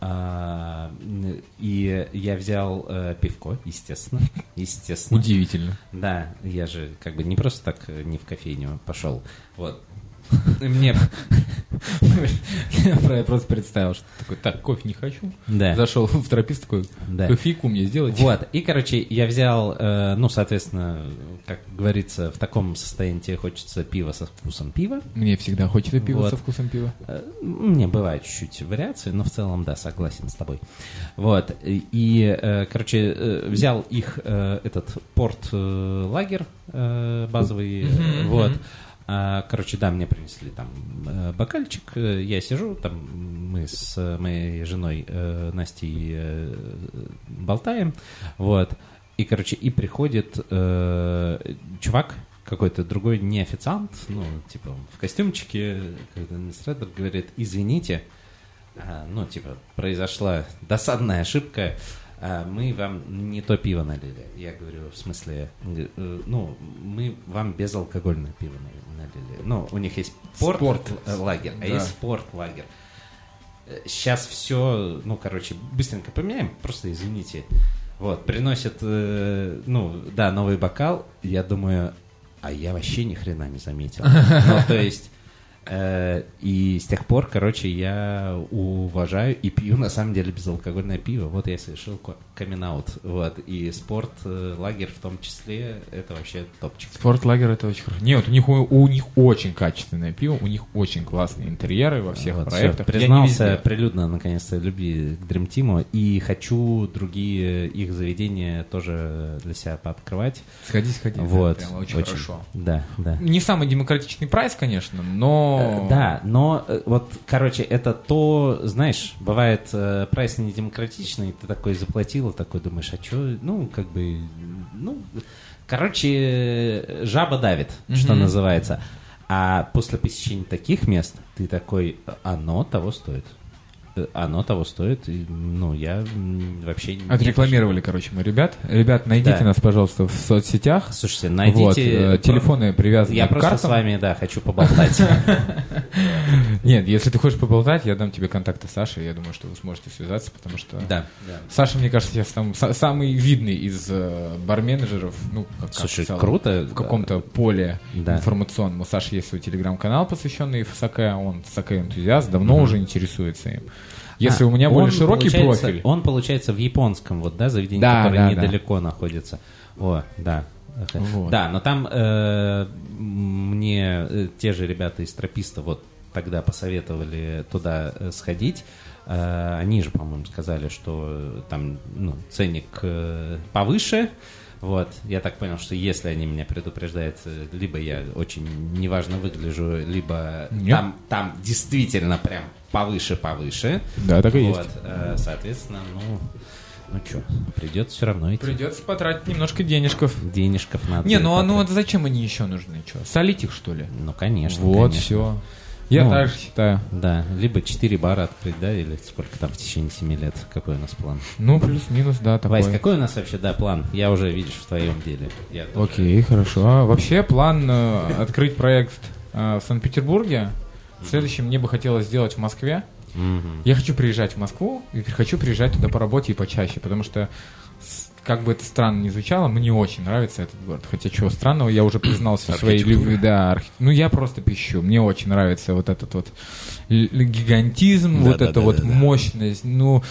[SPEAKER 1] А, н- И я взял э, пивко, естественно. Естественно.
[SPEAKER 3] Удивительно.
[SPEAKER 1] Да, я же как бы не просто так э, не в кофейню пошел. Вот. И Мне...
[SPEAKER 3] Я просто представил, что такой, так, кофе не хочу.
[SPEAKER 1] Да.
[SPEAKER 3] Зашел в тропист такой,
[SPEAKER 1] Да.
[SPEAKER 3] кофейку мне сделать.
[SPEAKER 1] Вот, и, короче, я взял, э, ну, соответственно, как говорится, в таком состоянии тебе хочется пива со вкусом пива.
[SPEAKER 3] Мне всегда хочется пива
[SPEAKER 1] Вот.
[SPEAKER 3] со вкусом пива.
[SPEAKER 1] Э, Мне бывают чуть-чуть вариации, но в целом, да, согласен с тобой. Вот, и, э, короче, э, взял их, э, этот порт-лагерь базовый, э,
[SPEAKER 3] Мгм,
[SPEAKER 1] вот.
[SPEAKER 3] мгм.
[SPEAKER 1] А, Короче, да, мне принесли там э, бокальчик, э, я сижу, там мы с э, моей женой э, Настей э, болтаем, вот, и, короче, и приходит э, чувак, какой-то другой не официант, ну, типа, в костюмчике, какой-то администратор говорит, извините, а, ну, типа, произошла досадная ошибка, а, мы вам не то пиво налили. Я говорю, в смысле, Он говорит, «Э, ну, мы вам безалкогольное пиво на- налили. Ну, у них есть порт,
[SPEAKER 3] Спорт.
[SPEAKER 1] л- лагерь, а
[SPEAKER 3] Да.
[SPEAKER 1] есть спорт лагерь. Сейчас все, ну, короче, быстренько поменяем, просто извините. Вот, приносят, э, ну, да, новый бокал. Я думаю, а я вообще ни хрена не заметил. Ну, то есть, э, и с тех пор, короче, я уважаю и пью, на самом деле, безалкогольное пиво. Вот я совершил камин Вот, и спорт, э, лагерь в том числе, это вообще топчик.
[SPEAKER 3] Спортлагерь это очень хорошо. Нет, у них, у, у них очень качественное пиво, у них очень классные интерьеры во всех
[SPEAKER 1] Вот, всё,
[SPEAKER 3] проектах. Я не
[SPEAKER 1] признался
[SPEAKER 3] везде.
[SPEAKER 1] прилюдно, наконец-то, в любви к Dream Team. И хочу другие их заведения тоже для себя пооткрывать.
[SPEAKER 3] Сходи, сходи. это
[SPEAKER 1] вот.
[SPEAKER 3] прямо очень, хорошо.
[SPEAKER 1] Да, да.
[SPEAKER 3] Не самый демократичный прайс, конечно, но...
[SPEAKER 1] Э, Да, но э, вот, короче, это то, знаешь, бывает э, прайс недемократичный, ты такой заплатил, и такой думаешь, а что, ну, как бы, ну, короче, э, жаба давит, что
[SPEAKER 3] Мгм.
[SPEAKER 1] называется. А после посещения таких мест ты такой, оно того стоит. Э, Оно того стоит, и, ну, я м, вообще... не-
[SPEAKER 3] Отрекламировали, короче, мы ребят. Ребят, найдите
[SPEAKER 1] Да.
[SPEAKER 3] нас, пожалуйста, в соцсетях.
[SPEAKER 1] Слушайте,
[SPEAKER 3] Вот,
[SPEAKER 1] найдите...
[SPEAKER 3] э, телефоны привязаны
[SPEAKER 1] Я
[SPEAKER 3] к
[SPEAKER 1] просто с
[SPEAKER 3] картам.
[SPEAKER 1] вами, да, хочу поболтать.
[SPEAKER 3] Нет, если ты хочешь поболтать, я дам тебе контакты Саши, я думаю, что вы сможете связаться, потому что...
[SPEAKER 1] Да.
[SPEAKER 3] Саша, мне кажется, сейчас там са- самый видный из э, барменеджеров, ну, как, как
[SPEAKER 1] Слушай,
[SPEAKER 3] в целом,
[SPEAKER 1] круто.
[SPEAKER 3] в каком-то поле
[SPEAKER 1] Да.
[SPEAKER 3] информационном. У Саши есть свой телеграм-канал, посвященный Саке, он Саке-энтузиаст, давно уже интересуется им. Если
[SPEAKER 1] А,
[SPEAKER 3] у меня
[SPEAKER 1] он,
[SPEAKER 3] более широкий
[SPEAKER 1] получается-
[SPEAKER 3] профиль...
[SPEAKER 1] Он, получается, в японском, вот, да, заведении,
[SPEAKER 3] Да,
[SPEAKER 1] которое
[SPEAKER 3] да, да.
[SPEAKER 1] недалеко находится. О, да. Ага.
[SPEAKER 3] Вот.
[SPEAKER 1] Да, но там э, мне э, те же ребята из трописта вот тогда посоветовали туда э, сходить. Э, они же, по-моему, сказали, что э, там ну, ценник э, повыше. Вот, я так понял, что если они меня предупреждают, э, либо я очень неважно выгляжу, либо
[SPEAKER 3] Нет.
[SPEAKER 1] там, там действительно прям повыше-повыше.
[SPEAKER 3] Да, так и
[SPEAKER 1] Вот,
[SPEAKER 3] есть.
[SPEAKER 1] э, соответственно, ну, Ну что, придется все равно идти.
[SPEAKER 3] Придется потратить немножко денежков.
[SPEAKER 1] Денежков надо.
[SPEAKER 3] Не,
[SPEAKER 1] будет
[SPEAKER 3] ну а ну
[SPEAKER 1] потратить.
[SPEAKER 3] вот зачем они еще нужны? Че? Солить их, что ли?
[SPEAKER 1] Ну, конечно.
[SPEAKER 3] вот,
[SPEAKER 1] конечно.
[SPEAKER 3] все. Я
[SPEAKER 1] Ну.
[SPEAKER 3] так же считаю.
[SPEAKER 1] Да, либо 4 бара открыть, да, или сколько там в течение 7 лет. Какой у нас план?
[SPEAKER 3] Ну, плюс-минус, да, такой.
[SPEAKER 1] Вась, какой у нас вообще, да, план? Я уже, видишь, в твоем деле. Я тоже.
[SPEAKER 3] Окей, хорошо. А Вообще план э, открыть проект э, в Санкт-Петербурге. Следующим мне бы хотелось сделать в Москве.
[SPEAKER 1] Мгм.
[SPEAKER 3] Я хочу приезжать в Москву и хочу приезжать туда по работе и почаще, потому что с- как бы это странно ни звучало, мне очень нравится этот город. Хотя чего странного, я уже признался в своей
[SPEAKER 2] Архитектура.
[SPEAKER 3] любви. Да, архи- ну я просто пищу. Мне очень нравится вот этот вот л- гигантизм,
[SPEAKER 2] Да,
[SPEAKER 3] вот
[SPEAKER 2] да,
[SPEAKER 3] эта
[SPEAKER 2] да,
[SPEAKER 3] вот
[SPEAKER 2] да, да.
[SPEAKER 3] мощность. Ну,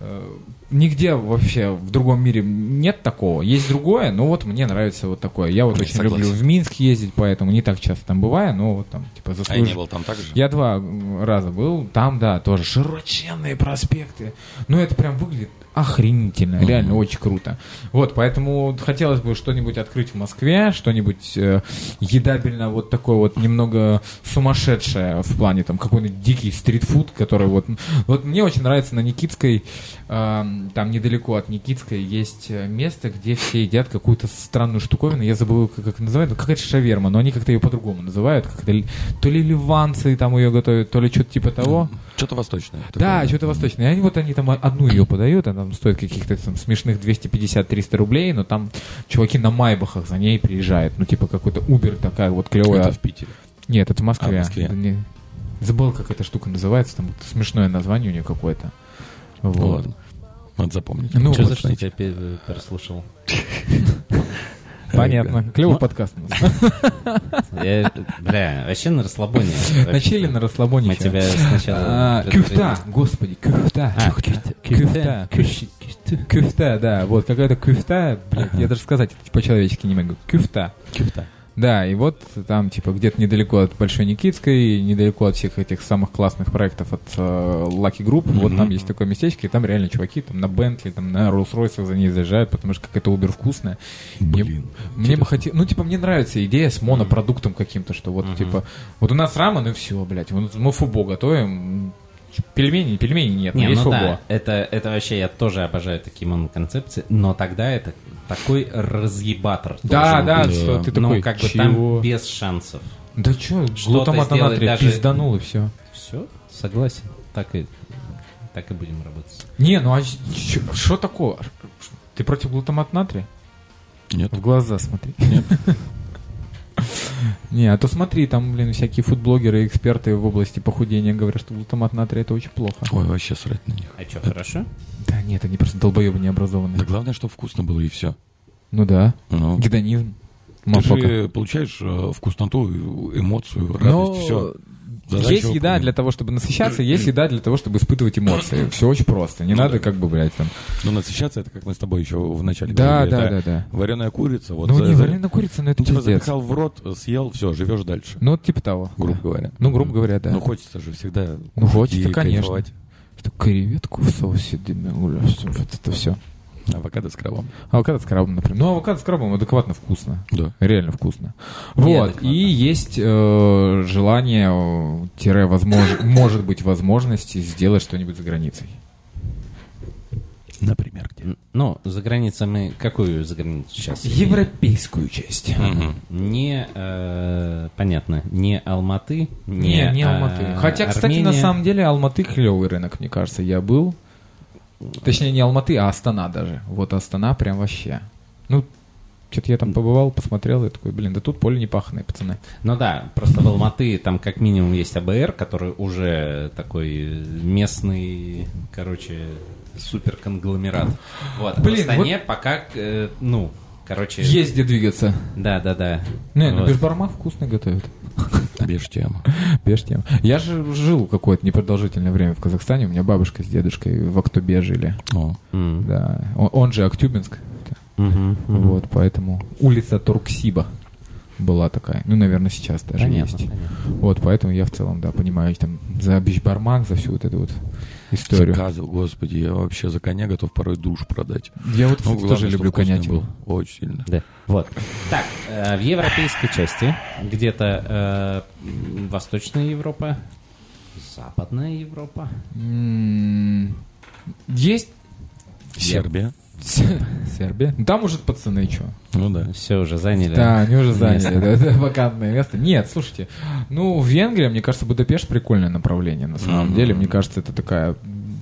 [SPEAKER 3] э, нигде вообще в другом мире нет такого. Есть другое, но вот мне нравится вот такое. Я вот очень
[SPEAKER 2] Согласен.
[SPEAKER 3] люблю в Минск ездить, поэтому не так часто там бываю, но вот там типа
[SPEAKER 2] А я
[SPEAKER 3] заслужил.
[SPEAKER 2] не был там так же?
[SPEAKER 3] Я два раза был, там, да, тоже широченные проспекты. Но это прям выглядит охренительно,
[SPEAKER 2] Мгм.
[SPEAKER 3] реально очень круто. Вот, поэтому хотелось бы что-нибудь открыть в Москве, что-нибудь э, едабельно вот такое вот немного сумасшедшее в плане там какой-нибудь дикий стритфуд, который вот... Вот мне очень нравится на Никитской, э, там недалеко от Никитской есть э, место, где все едят какую-то странную штуковину, я забыл, как, как называют, ну, какая-то шаверма, но они как-то ее по-другому называют, как-то ли- то ли ливанцы там ее готовят, то ли что-то типа того.
[SPEAKER 2] Что-то восточное.
[SPEAKER 3] Да,
[SPEAKER 2] Такое.
[SPEAKER 3] что-то восточное. И они вот они там одну ее подают, она там стоит каких-то там смешных 250-300 рублей, но там чуваки на майбахах за ней приезжают. Ну, типа какой-то Uber такая вот клевая.
[SPEAKER 2] Это в Питере.
[SPEAKER 3] Нет, это в Москве.
[SPEAKER 2] А, в Москве.
[SPEAKER 3] Да не- Забыл, как эта штука называется, там вот смешное название у нее какое-то.
[SPEAKER 2] Ну
[SPEAKER 3] Вот.
[SPEAKER 2] ладно. Надо запомнить.
[SPEAKER 3] Ну,
[SPEAKER 1] Чё
[SPEAKER 3] вот
[SPEAKER 1] за что я тебя
[SPEAKER 3] э,
[SPEAKER 1] пе- переслушал?
[SPEAKER 2] Э,
[SPEAKER 3] Понятно.
[SPEAKER 2] ну,
[SPEAKER 3] Клевый подкаст у нас.
[SPEAKER 1] Я, бля, вообще на расслабоне.
[SPEAKER 3] Начали на расслабоне.
[SPEAKER 1] Мы
[SPEAKER 3] чё.
[SPEAKER 2] э,
[SPEAKER 1] тебя сначала...
[SPEAKER 3] А, Кюфта, господи, кюфта.
[SPEAKER 1] А,
[SPEAKER 3] Кюфта. Кюфта, да, вот какая-то кюфта, блядь, я даже сказать это по-человечески не могу. Кюфта.
[SPEAKER 2] Кюфта.
[SPEAKER 3] Да, и вот там, типа, где-то недалеко от Большой Никитской, недалеко от всех этих самых классных проектов от э, Lucky Group, вот
[SPEAKER 2] Мгм.
[SPEAKER 3] там есть такое местечко, и там реально чуваки там на Бентли, там на Rolls-Royce за ней заезжают, потому что какая-то убер вкусная.
[SPEAKER 2] Блин.
[SPEAKER 3] Мне бы хотелось, ну, типа, мне нравится идея с монопродуктом каким-то, что вот,
[SPEAKER 1] Мгм.
[SPEAKER 3] типа, вот у нас рамен и все, блядь, вот мы фубо готовим, пельмени, пельмени нет,
[SPEAKER 1] Не,
[SPEAKER 3] но есть
[SPEAKER 1] ну
[SPEAKER 3] фубо.
[SPEAKER 1] да, это, это вообще я тоже обожаю такие моноконцепции, но тогда это такой разъебатор.
[SPEAKER 3] Да,
[SPEAKER 1] должен
[SPEAKER 3] да,
[SPEAKER 1] быть.
[SPEAKER 3] что ты
[SPEAKER 1] ну,
[SPEAKER 3] такой,
[SPEAKER 1] как бы
[SPEAKER 3] «Чего?»
[SPEAKER 1] там без шансов.
[SPEAKER 3] Да чё,
[SPEAKER 1] Что-то
[SPEAKER 3] глутамат на
[SPEAKER 1] сделать
[SPEAKER 3] натрия
[SPEAKER 1] даже-
[SPEAKER 3] пизданул и все.
[SPEAKER 1] Все, согласен. Так и, так и будем работать.
[SPEAKER 3] Не, ну а что такое? Ты против глутамат натрия?
[SPEAKER 2] Нет.
[SPEAKER 3] В глаза смотри. Не, а то смотри, там, блин, всякие фудблогеры и эксперты в области похудения говорят, что глутамат натрия это очень плохо.
[SPEAKER 2] Ой, вообще срать на них.
[SPEAKER 1] А что, хорошо?
[SPEAKER 3] Да нет, они просто долбоебы
[SPEAKER 2] Да
[SPEAKER 3] необразованные.
[SPEAKER 2] главное, чтобы вкусно было и все.
[SPEAKER 3] Ну да,
[SPEAKER 2] Ну,
[SPEAKER 3] гедонизм.
[SPEAKER 2] ты
[SPEAKER 3] Мафака.
[SPEAKER 2] же получаешь э, вкусноту, э, эмоцию, радость, все.
[SPEAKER 3] есть еда для того, чтобы насыщаться, есть еда для того, чтобы испытывать эмоции. Все очень просто. Не
[SPEAKER 2] Ну
[SPEAKER 3] надо
[SPEAKER 2] да.
[SPEAKER 3] как бы, блядь, там.
[SPEAKER 2] Но Ну, насыщаться, это как мы с тобой еще в начале
[SPEAKER 3] Да,
[SPEAKER 2] говорили,
[SPEAKER 3] да,
[SPEAKER 2] это
[SPEAKER 3] да, да.
[SPEAKER 2] Вареная курица, вот
[SPEAKER 3] Ну
[SPEAKER 2] за-
[SPEAKER 3] не,
[SPEAKER 2] за-
[SPEAKER 3] вареная курица, ну это
[SPEAKER 2] ну, типа
[SPEAKER 3] пиздец.
[SPEAKER 2] запихал в рот, съел, все, живешь дальше,
[SPEAKER 3] Ну, типа того.
[SPEAKER 2] грубо говоря.
[SPEAKER 3] Ну, грубо говоря, да.
[SPEAKER 2] Ну, хочется же всегда.
[SPEAKER 3] Ну,
[SPEAKER 2] кушать
[SPEAKER 3] хочется,
[SPEAKER 2] и
[SPEAKER 3] конечно.
[SPEAKER 2] кайфовать.
[SPEAKER 3] Что креветку в соусе демигуля, всё, вот это все.
[SPEAKER 2] Авокадо с крабом.
[SPEAKER 3] Авокадо с крабом, например. Ну, авокадо с крабом адекватно вкусно.
[SPEAKER 2] Да.
[SPEAKER 3] Реально вкусно.
[SPEAKER 1] Не,
[SPEAKER 3] Вот.
[SPEAKER 1] адекватно.
[SPEAKER 3] И есть э, желание, э, тире, возмож... может быть, возможности сделать что-нибудь за границей.
[SPEAKER 2] Например, где?
[SPEAKER 1] Н- Ну, за границей мы... Какую за границу сейчас?
[SPEAKER 3] Европейскую часть.
[SPEAKER 2] Мгм.
[SPEAKER 1] Не, э, понятно, не Алматы, не,
[SPEAKER 3] Не, не
[SPEAKER 1] э,
[SPEAKER 3] Алматы. Хотя, кстати, на
[SPEAKER 1] Армения.
[SPEAKER 3] самом деле Алматы клевый рынок, мне кажется. Я был. Точнее, не Алматы, а Астана даже. Вот Астана прям вообще. Ну, что-то я там побывал, посмотрел, и такой, блин, да тут поле не паханое, пацаны.
[SPEAKER 1] Ну да, просто в Алматы там как минимум есть АБР, который уже такой местный, короче, суперконгломерат. Вот, а
[SPEAKER 3] Блин,
[SPEAKER 1] в Астане пока, э, ну, короче...
[SPEAKER 3] Есть где двигаться.
[SPEAKER 1] Да-да-да.
[SPEAKER 3] Не, ну
[SPEAKER 1] Вот.
[SPEAKER 3] Бешбармак вкусно готовит.
[SPEAKER 2] Бежь тему.
[SPEAKER 3] Беш тем. Я же жил какое-то непродолжительное время в Казахстане. У меня бабушка с дедушкой в Актубе жили.
[SPEAKER 2] О,
[SPEAKER 1] М.
[SPEAKER 3] Да. Он, он же Актюбинск.
[SPEAKER 1] Мгм, мгм.
[SPEAKER 3] Вот, поэтому улица Турксиба была такая. Ну, наверное, сейчас даже
[SPEAKER 1] Понятно,
[SPEAKER 3] есть.
[SPEAKER 1] понятно.
[SPEAKER 3] Вот, поэтому я в целом, да, понимаю там за Бешбармак, за всю вот эту вот историю.
[SPEAKER 2] заказы, господи, я вообще за коня готов порой душ продать.
[SPEAKER 3] Я
[SPEAKER 2] Ну,
[SPEAKER 3] вот кстати,
[SPEAKER 2] главное,
[SPEAKER 3] тоже
[SPEAKER 2] чтоб
[SPEAKER 3] люблю типа.
[SPEAKER 2] вкусный
[SPEAKER 3] конятину.
[SPEAKER 2] был. Очень сильно.
[SPEAKER 1] Да. Вот. Так, э, в европейской части, где-то э, м, Восточная Европа, Западная Европа.
[SPEAKER 3] М, М-м, Есть
[SPEAKER 2] Сербия.
[SPEAKER 3] Сербия. Ну, Там уже пацаны что.
[SPEAKER 2] Ну да.
[SPEAKER 1] Все уже заняли.
[SPEAKER 3] Да, они уже заняли
[SPEAKER 1] Место.
[SPEAKER 3] да, это вакантное место. Нет, слушайте, ну, в Венгрия, мне кажется, Будапешт прикольное направление, на самом
[SPEAKER 2] Мгм.
[SPEAKER 3] деле. Мне кажется, это такая м,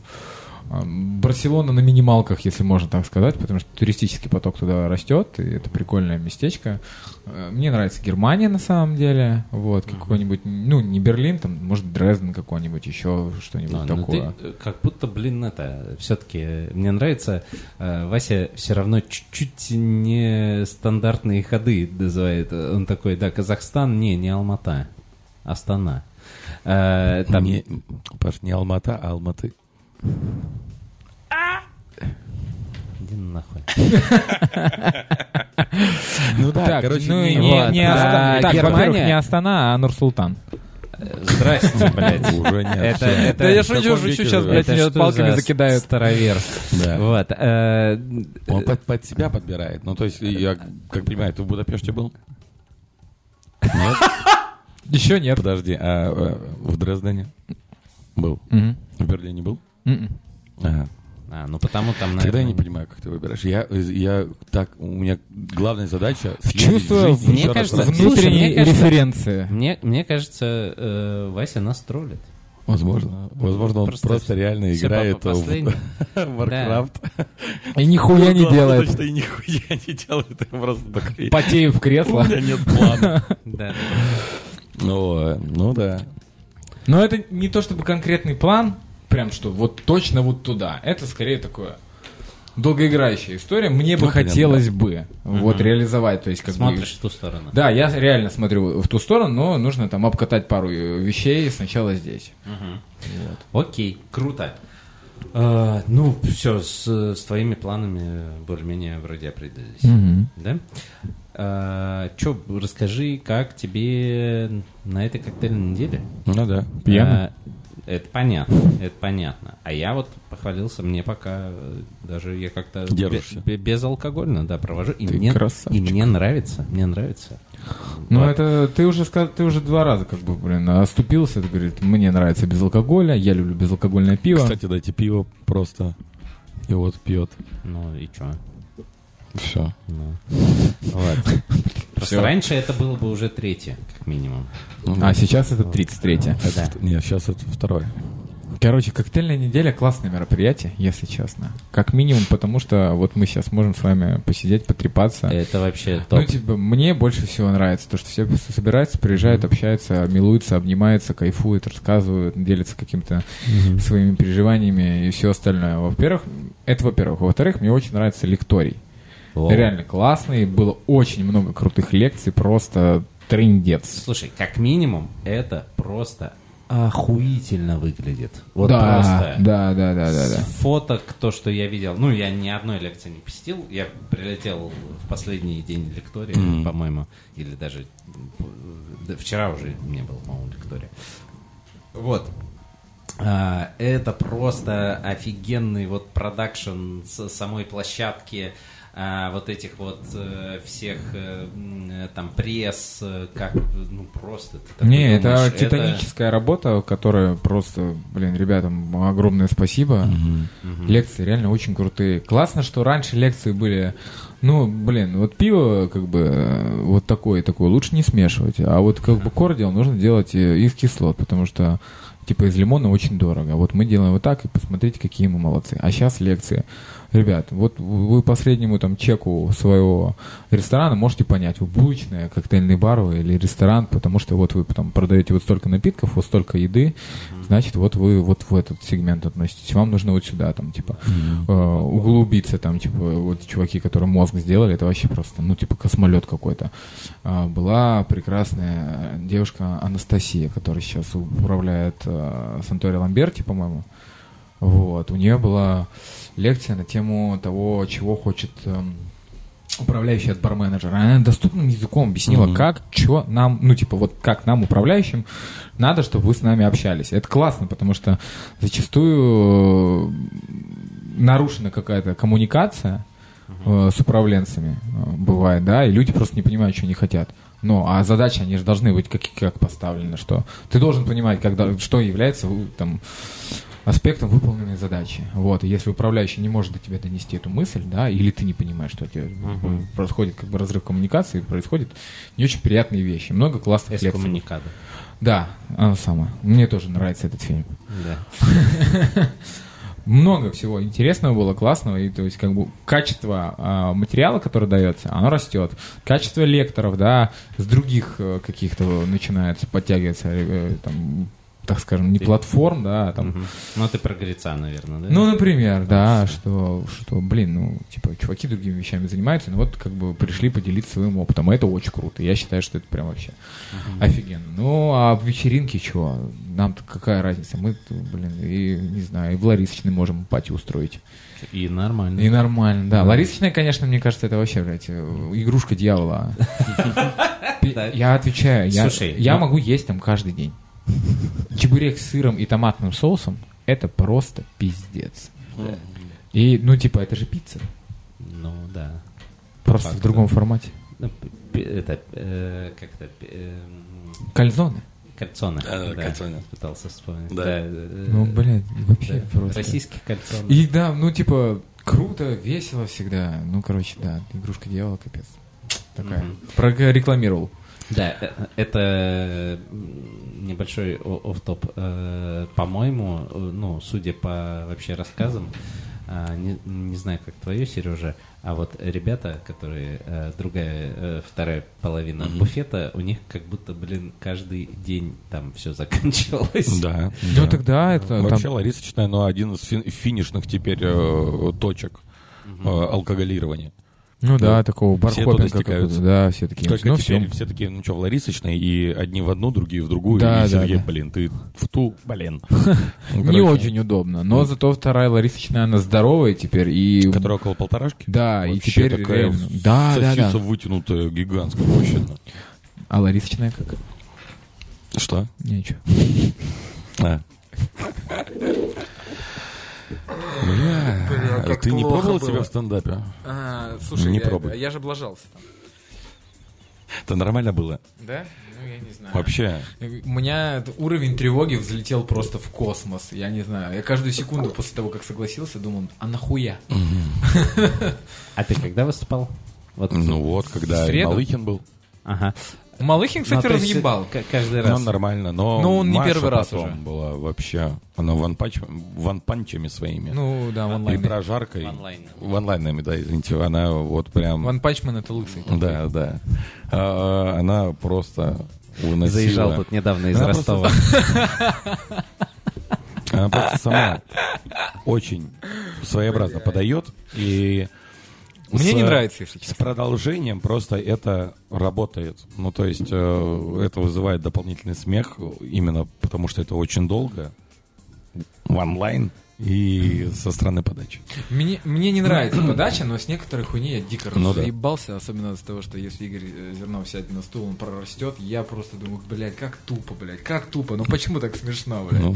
[SPEAKER 3] ам, Барселона на минималках, если можно так сказать, потому что туристический поток туда растет, и это прикольное местечко. Э, Мне нравится Германия, на самом деле. Вот, какой-нибудь, ну, не Берлин, там, может, Дрезден какой-нибудь, еще что-нибудь
[SPEAKER 1] А, ну
[SPEAKER 3] такое.
[SPEAKER 1] ты, э, как будто, блин, это все-таки мне нравится. э, Вася все равно чуть-чуть нестандартные ходы называет. Он такой, да, Казахстан, не, не Алмата, а Астана. Э, Там
[SPEAKER 2] Не, Паш, не Алмата, а Алматы.
[SPEAKER 1] Иди нахуй.
[SPEAKER 2] Ну
[SPEAKER 3] Так, ну, не,
[SPEAKER 1] вот,
[SPEAKER 3] не
[SPEAKER 1] а,
[SPEAKER 3] Астана. Так, во-первых,
[SPEAKER 1] Германия?
[SPEAKER 3] не Астана, а Нур-Султан.
[SPEAKER 1] Э, Здрасте, блядь.
[SPEAKER 2] ну, Уже нет.
[SPEAKER 1] Это,
[SPEAKER 2] всё.
[SPEAKER 1] это,
[SPEAKER 3] Да я
[SPEAKER 1] в
[SPEAKER 3] шучу,
[SPEAKER 1] каком
[SPEAKER 3] шучу,
[SPEAKER 1] веке
[SPEAKER 3] щас,
[SPEAKER 1] живём?
[SPEAKER 3] блядь,
[SPEAKER 1] Это
[SPEAKER 3] меня
[SPEAKER 1] что
[SPEAKER 3] палками
[SPEAKER 1] за
[SPEAKER 3] закидают.
[SPEAKER 1] Старовер.
[SPEAKER 2] Да.
[SPEAKER 1] Вот. э,
[SPEAKER 2] Он под, под себя подбирает. Ну, то есть, я как понимаю, ты в Будапеште был? Нет?
[SPEAKER 3] Еще нет.
[SPEAKER 2] Подожди, а э, в Дрездене был?
[SPEAKER 3] Мгм.
[SPEAKER 2] В Берлине был?
[SPEAKER 3] Мгм.
[SPEAKER 2] Ага.
[SPEAKER 1] А, ну потому там,
[SPEAKER 2] Тогда я
[SPEAKER 1] наверное,
[SPEAKER 2] не понимаю, как ты выбираешь. Я, я так, у меня главная задача съездить
[SPEAKER 3] Чувствую,
[SPEAKER 2] в жизни
[SPEAKER 1] мне
[SPEAKER 2] ещё раз
[SPEAKER 1] кажется,
[SPEAKER 2] раз.
[SPEAKER 1] Слушай, мне
[SPEAKER 3] внутренние
[SPEAKER 1] кажется-
[SPEAKER 3] референции.
[SPEAKER 1] Мне, мне кажется, э, Вася нас троллит.
[SPEAKER 2] Возможно. Возможно, он
[SPEAKER 1] Просто
[SPEAKER 2] просто, реально
[SPEAKER 1] всё
[SPEAKER 2] играет
[SPEAKER 1] по-
[SPEAKER 2] в
[SPEAKER 1] последнее.
[SPEAKER 2] Warcraft.
[SPEAKER 3] И нихуя не
[SPEAKER 1] Ну
[SPEAKER 2] Главное,
[SPEAKER 3] делает.
[SPEAKER 2] Что и нихуя не делает. Я просто такой,
[SPEAKER 3] Потею в
[SPEAKER 2] У
[SPEAKER 3] кресло.
[SPEAKER 2] меня нет плана.
[SPEAKER 1] Да.
[SPEAKER 2] Ну, э, ну да.
[SPEAKER 3] Но это не то чтобы конкретный план, прям что вот точно вот туда. Это скорее такое долгоиграющая история. Мне бы
[SPEAKER 2] Ну, понятно,
[SPEAKER 3] хотелось бы вот реализовать, то есть как бы-
[SPEAKER 1] Смотришь в ту сторону.
[SPEAKER 3] Да, я реально смотрю в ту сторону, но нужно там обкатать пару э, вещей сначала здесь.
[SPEAKER 1] Окей, круто. А, ну, все, с, с твоими планами более-менее вроде определились. Да? че, расскажи, как тебе на этой коктейльной неделе?
[SPEAKER 2] Ну да.
[SPEAKER 3] Пьяный?
[SPEAKER 1] А, это понятно, это понятно. А я вот похвалился, мне пока э, даже я как-то бе-
[SPEAKER 2] Держишься.
[SPEAKER 1] бе- безалкогольно, да, провожу. И
[SPEAKER 3] Ты
[SPEAKER 1] мне,
[SPEAKER 3] красавчик.
[SPEAKER 1] и мне нравится, мне нравится.
[SPEAKER 3] Ну
[SPEAKER 1] Вот.
[SPEAKER 3] это ты уже сказал, ты уже два раза как бы, блин, оступился, ты говорит, мне нравится без алкоголя, я люблю безалкогольное пиво.
[SPEAKER 2] Кстати, дайте пиво просто. И вот пьет.
[SPEAKER 1] Ну и чё?
[SPEAKER 2] Все.
[SPEAKER 1] Ну. Вот. Просто
[SPEAKER 3] Всё.
[SPEAKER 1] раньше это было бы уже третье, как минимум.
[SPEAKER 3] А сейчас это 33
[SPEAKER 1] Да.
[SPEAKER 2] Нет, сейчас это второе.
[SPEAKER 3] Короче, коктейльная неделя классное мероприятие, если честно. Как минимум, потому что вот мы сейчас можем с вами посидеть, потрепаться.
[SPEAKER 1] Это вообще
[SPEAKER 3] Ну,
[SPEAKER 1] топ.
[SPEAKER 3] типа, мне больше всего нравится то, что все с- собираются, приезжают, общаются, милуются, обнимаются, кайфуют, рассказывают, делятся какими-то своими переживаниями и все остальное. Во-первых, это во-первых. Во-вторых, мне очень нравится лекторий.
[SPEAKER 1] О.
[SPEAKER 3] Реально классный, было очень много крутых лекций, просто трындец.
[SPEAKER 1] Слушай, как минимум, это просто охуительно выглядит. Вот
[SPEAKER 3] да,
[SPEAKER 1] просто.
[SPEAKER 3] да, да, да, да, да.
[SPEAKER 1] С Фоток, то, что я видел. Ну, я ни одной лекции не посетил. Я прилетел в последний день лектории,
[SPEAKER 2] Мгм.
[SPEAKER 1] по-моему. Или даже м, да, вчера уже не было, по-моему, лектория. Вот. А, Это просто офигенный вот продакшн с самой площадки, а, вот этих вот э, всех э, м, э, там пресс, э, как ну просто. ты такой
[SPEAKER 3] Не, это
[SPEAKER 1] думаешь,
[SPEAKER 3] титаническая работа, которая просто, блин, ребятам огромное спасибо. Лекции реально очень крутые. Классно, что раньше лекции были, ну, блин, вот пиво как бы э, вот такое и такое лучше не смешивать, а вот как бы кордиал нужно делать э, из кислот, потому что типа из лимона очень дорого. Вот мы делаем вот так и посмотрите, какие мы молодцы. А сейчас лекции. Ребят, вот вы последнему там чеку своего ресторана можете понять, вы булочная, коктейльный бар вы или ресторан, потому что вот вы там продаете вот столько напитков, вот столько еды, значит, вот вы вот в этот сегмент относитесь. Вам нужно вот сюда там, типа, э, углубиться там, типа, вот чуваки, которые мозг сделали, это вообще просто, ну, типа, космолет какой-то. А, была прекрасная девушка Анастасия, которая сейчас управляет э, Сантори Ламберти, по-моему. Вот, у нее была лекция на тему того, чего хочет эм, управляющий от барменеджера. Она доступным языком объяснила,
[SPEAKER 2] Мгм.
[SPEAKER 3] как, что нам, ну, типа, вот как нам, управляющим, надо, чтобы вы с нами общались. Это классно, потому что зачастую э, нарушена какая-то коммуникация э, с управленцами, э, бывает, да, и люди просто не понимают, что они хотят. Ну, а задачи, они же должны быть как, как поставлены, что ты должен понимать, когда, что является э, там аспектом выполненной задачи. Вот, и если управляющий не может до тебя донести эту мысль, да, или ты не понимаешь, что у тебя
[SPEAKER 1] Мгм.
[SPEAKER 3] происходит как бы разрыв коммуникации, происходят не очень приятные вещи. Много классных лекций.
[SPEAKER 1] Эскоммуникада.
[SPEAKER 3] Да, она сама. Мне тоже нравится этот фильм.
[SPEAKER 1] Да.
[SPEAKER 3] Много всего интересного было, классного, и то есть как бы качество а, материала, который дается, оно растет. Качество лекторов, да, с других э, каких-то начинается подтягиваться, э, там, так скажем, не
[SPEAKER 1] Ты-
[SPEAKER 3] платформ, да, а там
[SPEAKER 1] Мгм. Ну, ты про греца, наверное, да?
[SPEAKER 3] Ну, например, да, что, что, блин, ну, типа, чуваки другими вещами занимаются, но вот как бы пришли поделиться своим опытом. И Это очень круто. Я считаю, что это прям вообще офигенно. Ну, а вечеринки чего? Нам-то какая разница? Мы, блин, и, не знаю, и в Ларисочной можем пати устроить.
[SPEAKER 1] И нормально.
[SPEAKER 3] И нормально, да. Ларисочная, конечно, мне кажется, это вообще, блядь, э, игрушка дьявола. Пи- Я отвечаю, я,
[SPEAKER 1] Слушай,
[SPEAKER 3] я
[SPEAKER 1] ну-
[SPEAKER 3] могу есть там каждый день. Чебурек с сыром и томатным соусом – это просто пиздец. И, ну, типа, это же пицца.
[SPEAKER 1] Ну, да.
[SPEAKER 3] Просто
[SPEAKER 1] Так,
[SPEAKER 3] в другом формате.
[SPEAKER 1] Ну, п- п- Это, э, как это, п- эм,
[SPEAKER 3] Кальзоны.
[SPEAKER 1] кальцоны.
[SPEAKER 2] Да, кальцоны.
[SPEAKER 1] Пытался вспомнить.
[SPEAKER 2] Да.
[SPEAKER 1] э,
[SPEAKER 3] Ну, блядь, вообще
[SPEAKER 1] да.
[SPEAKER 3] просто.
[SPEAKER 1] Российские кальцоны.
[SPEAKER 3] И да, ну, типа, круто, весело всегда. Ну, короче, да, игрушка дьявола, капец. Такая.
[SPEAKER 1] Мгм.
[SPEAKER 3] Прорекламировал.
[SPEAKER 1] Да, э, это м, небольшой оф топ По-моему, э, ну, судя по вообще рассказам, а, не, не знаю, как твое, Сережа, а вот ребята, которые э, другая, э, вторая половина буфета, у них как будто, блин, каждый день там все заканчивалось.
[SPEAKER 2] Да.
[SPEAKER 3] Ну, тогда это... там-
[SPEAKER 2] Вообще ларисочная, но один из фин- финишных теперь э, точек э, алкоголирования.
[SPEAKER 3] Ну да,
[SPEAKER 2] Да.
[SPEAKER 3] такого
[SPEAKER 2] Все туда
[SPEAKER 3] бархопинга
[SPEAKER 2] стекаются.
[SPEAKER 3] какого-то, да, все такие.
[SPEAKER 2] Только
[SPEAKER 3] ну,
[SPEAKER 2] теперь
[SPEAKER 3] все.
[SPEAKER 2] все такие, ну что, в ларисочной, и одни в одну, другие в другую,
[SPEAKER 3] Да,
[SPEAKER 2] и все
[SPEAKER 3] да,
[SPEAKER 2] такие,
[SPEAKER 3] да.
[SPEAKER 2] блин, ты в ту, блин. Ну,
[SPEAKER 3] Не
[SPEAKER 2] короче, Ну.
[SPEAKER 3] очень удобно, но зато вторая ларисочная, она здоровая теперь, и...
[SPEAKER 2] Которая около полторашки.
[SPEAKER 3] Да, и
[SPEAKER 2] Вообще
[SPEAKER 3] теперь
[SPEAKER 2] такая
[SPEAKER 3] реально- Да, да,
[SPEAKER 2] сосиса
[SPEAKER 3] да.
[SPEAKER 2] вытянутая гигантская площадь. ну.
[SPEAKER 3] А ларисочная как?
[SPEAKER 2] Что?
[SPEAKER 3] Ничего.
[SPEAKER 2] А. Бля, а ты не пробовал себя в стендапе?
[SPEAKER 3] А, слушай,
[SPEAKER 2] Не я- пробуй.
[SPEAKER 3] же облажался там.
[SPEAKER 2] Это нормально было?
[SPEAKER 3] Да? Ну, я не знаю.
[SPEAKER 2] Вообще?
[SPEAKER 3] У меня т- уровень тревоги взлетел просто в космос. Я не знаю. Я каждую секунду после того, как согласился, думал, а нахуя?
[SPEAKER 1] А ты когда выступал? Вот.
[SPEAKER 2] Ну вот, когда
[SPEAKER 3] В среду?
[SPEAKER 2] Малыхин был.
[SPEAKER 1] Ага.
[SPEAKER 3] Малыхин, кстати,
[SPEAKER 1] Ну, то есть,
[SPEAKER 3] разъебал.
[SPEAKER 1] к- Каждый
[SPEAKER 2] Ну,
[SPEAKER 1] раз.
[SPEAKER 2] нормально, но
[SPEAKER 3] Но Ну, он не
[SPEAKER 2] Маша
[SPEAKER 3] первый раз
[SPEAKER 2] потом
[SPEAKER 3] уже.
[SPEAKER 2] была вообще, она ванпанч, ванпанчами своими.
[SPEAKER 3] Ну, да, в
[SPEAKER 2] и
[SPEAKER 3] онлайне.
[SPEAKER 2] прожаркой.
[SPEAKER 1] Ванлайн.
[SPEAKER 2] В онлайнами, да, извините. Она вот прям...
[SPEAKER 3] One Punch Man это лысый.
[SPEAKER 2] Да, да. А, она просто уносила.
[SPEAKER 1] Заезжал тут недавно из
[SPEAKER 2] Она
[SPEAKER 1] Ростова.
[SPEAKER 2] Она просто сама очень своеобразно подает. И
[SPEAKER 3] Мне
[SPEAKER 2] с-
[SPEAKER 3] не нравится, если
[SPEAKER 2] С
[SPEAKER 3] честно.
[SPEAKER 2] продолжением просто это работает. Ну, то есть э, это вызывает дополнительный смех, именно потому что это очень долго, в онлайн и со стороны подачи.
[SPEAKER 3] Мне, мне не нравится подача, но с некоторой хуйни я дико
[SPEAKER 2] Ну да.
[SPEAKER 3] разъебался, особенно из-за того, что если Игорь э, Зернов сядет на стул, он прорастет, я просто думаю, блядь, как тупо, блядь, как тупо, ну почему так смешно, блядь?
[SPEAKER 2] Ну,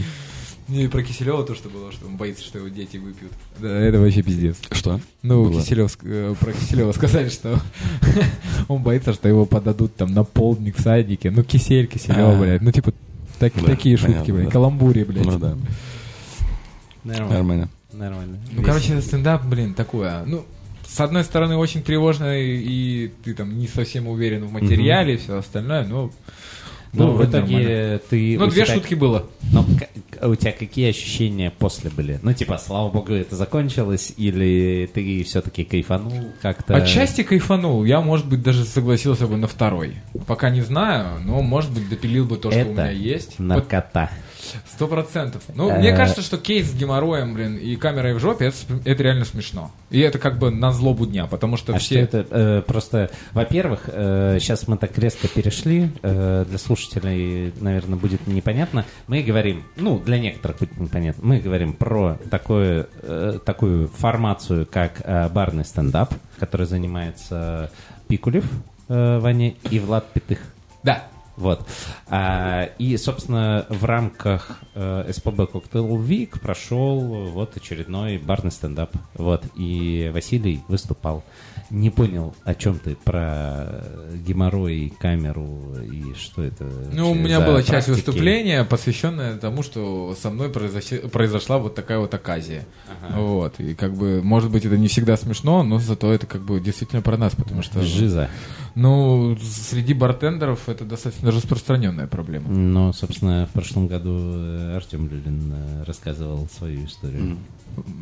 [SPEAKER 3] Ну и про Киселева то, что было, что он боится, что его дети выпьют. Да, это вообще пиздец.
[SPEAKER 2] что?
[SPEAKER 3] Ну,
[SPEAKER 2] Было.
[SPEAKER 3] Киселев, ск- э, про Киселева сказали, что он боится, что его подадут там на полдник в садике. Ну, Кисель, Киселев,
[SPEAKER 2] А.
[SPEAKER 3] блядь. Ну, типа, так-
[SPEAKER 2] Да,
[SPEAKER 3] такие шутки,
[SPEAKER 2] понятно,
[SPEAKER 3] блядь.
[SPEAKER 2] да.
[SPEAKER 3] Каламбури, блядь.
[SPEAKER 2] Ну да,
[SPEAKER 1] Нормально.
[SPEAKER 2] нормально.
[SPEAKER 1] Нормально.
[SPEAKER 3] Ну, короче, стендап, блин, такое. Ну, с одной стороны, очень тревожно, и, и ты там не совсем уверен в материале и все остальное, но...
[SPEAKER 1] Ну,
[SPEAKER 3] но
[SPEAKER 1] в
[SPEAKER 3] вроде
[SPEAKER 1] итоге
[SPEAKER 3] нормально.
[SPEAKER 1] ты...
[SPEAKER 3] Ну,
[SPEAKER 1] у
[SPEAKER 3] две
[SPEAKER 1] тебя-
[SPEAKER 3] шутки было.
[SPEAKER 1] Ну, к- а у тебя какие ощущения после были? Ну, типа, слава богу, это закончилось, или ты все-таки кайфанул как-то?
[SPEAKER 3] Отчасти кайфанул. Я, может быть, даже согласился бы на второй. Пока не знаю, но, может быть, допилил бы то, что у
[SPEAKER 1] это
[SPEAKER 3] меня есть. Вот
[SPEAKER 1] наркота.
[SPEAKER 3] Сто процентов. Ну,
[SPEAKER 1] Э.
[SPEAKER 3] мне кажется, что кейс с геморроем, блин, и камерой в жопе, это, сп- это реально смешно. И это как бы на злобу дня, потому что
[SPEAKER 1] А
[SPEAKER 3] все...
[SPEAKER 1] что это? э, просто, во-первых, сейчас мы так резко перешли, э, для слушателей, наверное, будет непонятно. Мы говорим, ну, для некоторых будет непонятно, мы говорим про такое, э, такую формацию, как э, барный стендап, который занимается Пикулев э, Ваня и Влад Пятых.
[SPEAKER 3] Да.
[SPEAKER 1] Вот. А, и, собственно, в рамках э, СПБ Cocktail Week прошел вот очередной барный стендап. Вот. И Василий выступал. Не понял, о чем ты про геморрой, камеру и что это.
[SPEAKER 3] Ну, у
[SPEAKER 1] вообще
[SPEAKER 3] меня
[SPEAKER 1] за
[SPEAKER 3] была часть
[SPEAKER 1] э, практики?
[SPEAKER 3] выступления, посвященная тому, что со мной произош- произошла вот такая вот оказия. Вот. И как бы, может быть, это не всегда смешно, но зато это как бы действительно про нас, потому что...
[SPEAKER 1] Жиза.
[SPEAKER 3] Ну, среди бартендеров это достаточно распространенная проблема.
[SPEAKER 1] Но, собственно, в прошлом году Артем Люлин э, рассказывал свою историю.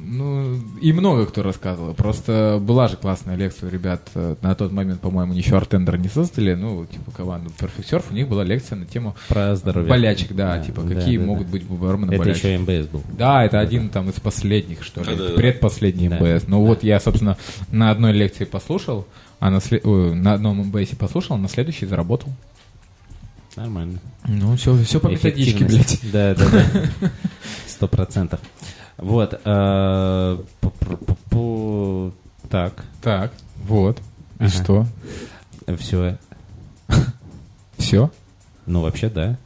[SPEAKER 3] Ну, и много кто рассказывал. Просто была же классная лекция у ребят. э, На тот момент, по-моему, еще артендера не создали. Ну, типа команду Perfect Surf. У них была лекция на тему
[SPEAKER 1] Про здоровье.
[SPEAKER 3] болячек, да, типа
[SPEAKER 1] да,
[SPEAKER 3] какие
[SPEAKER 1] да,
[SPEAKER 3] могут
[SPEAKER 1] да.
[SPEAKER 3] быть у бармена
[SPEAKER 1] Это
[SPEAKER 3] болячки.
[SPEAKER 1] еще МБС был.
[SPEAKER 3] Да, это один там из последних, что ли,
[SPEAKER 2] Да-да-да.
[SPEAKER 3] предпоследний
[SPEAKER 1] Да.
[SPEAKER 3] МБС. Ну вот я, собственно, на одной лекции послушал, а на, сле- ой, на одном МБСе послушал, а на следующей заработал.
[SPEAKER 1] Нормально.
[SPEAKER 3] Ну, все, все по методичке, блядь.
[SPEAKER 1] Эффективность. Да, да, да. Сто процентов. Вот. э, пу-пу-пу-пу. Так,
[SPEAKER 3] Так, вот. И
[SPEAKER 1] Ага.
[SPEAKER 3] что?
[SPEAKER 1] все.
[SPEAKER 3] Все?
[SPEAKER 1] Ну, вообще, да.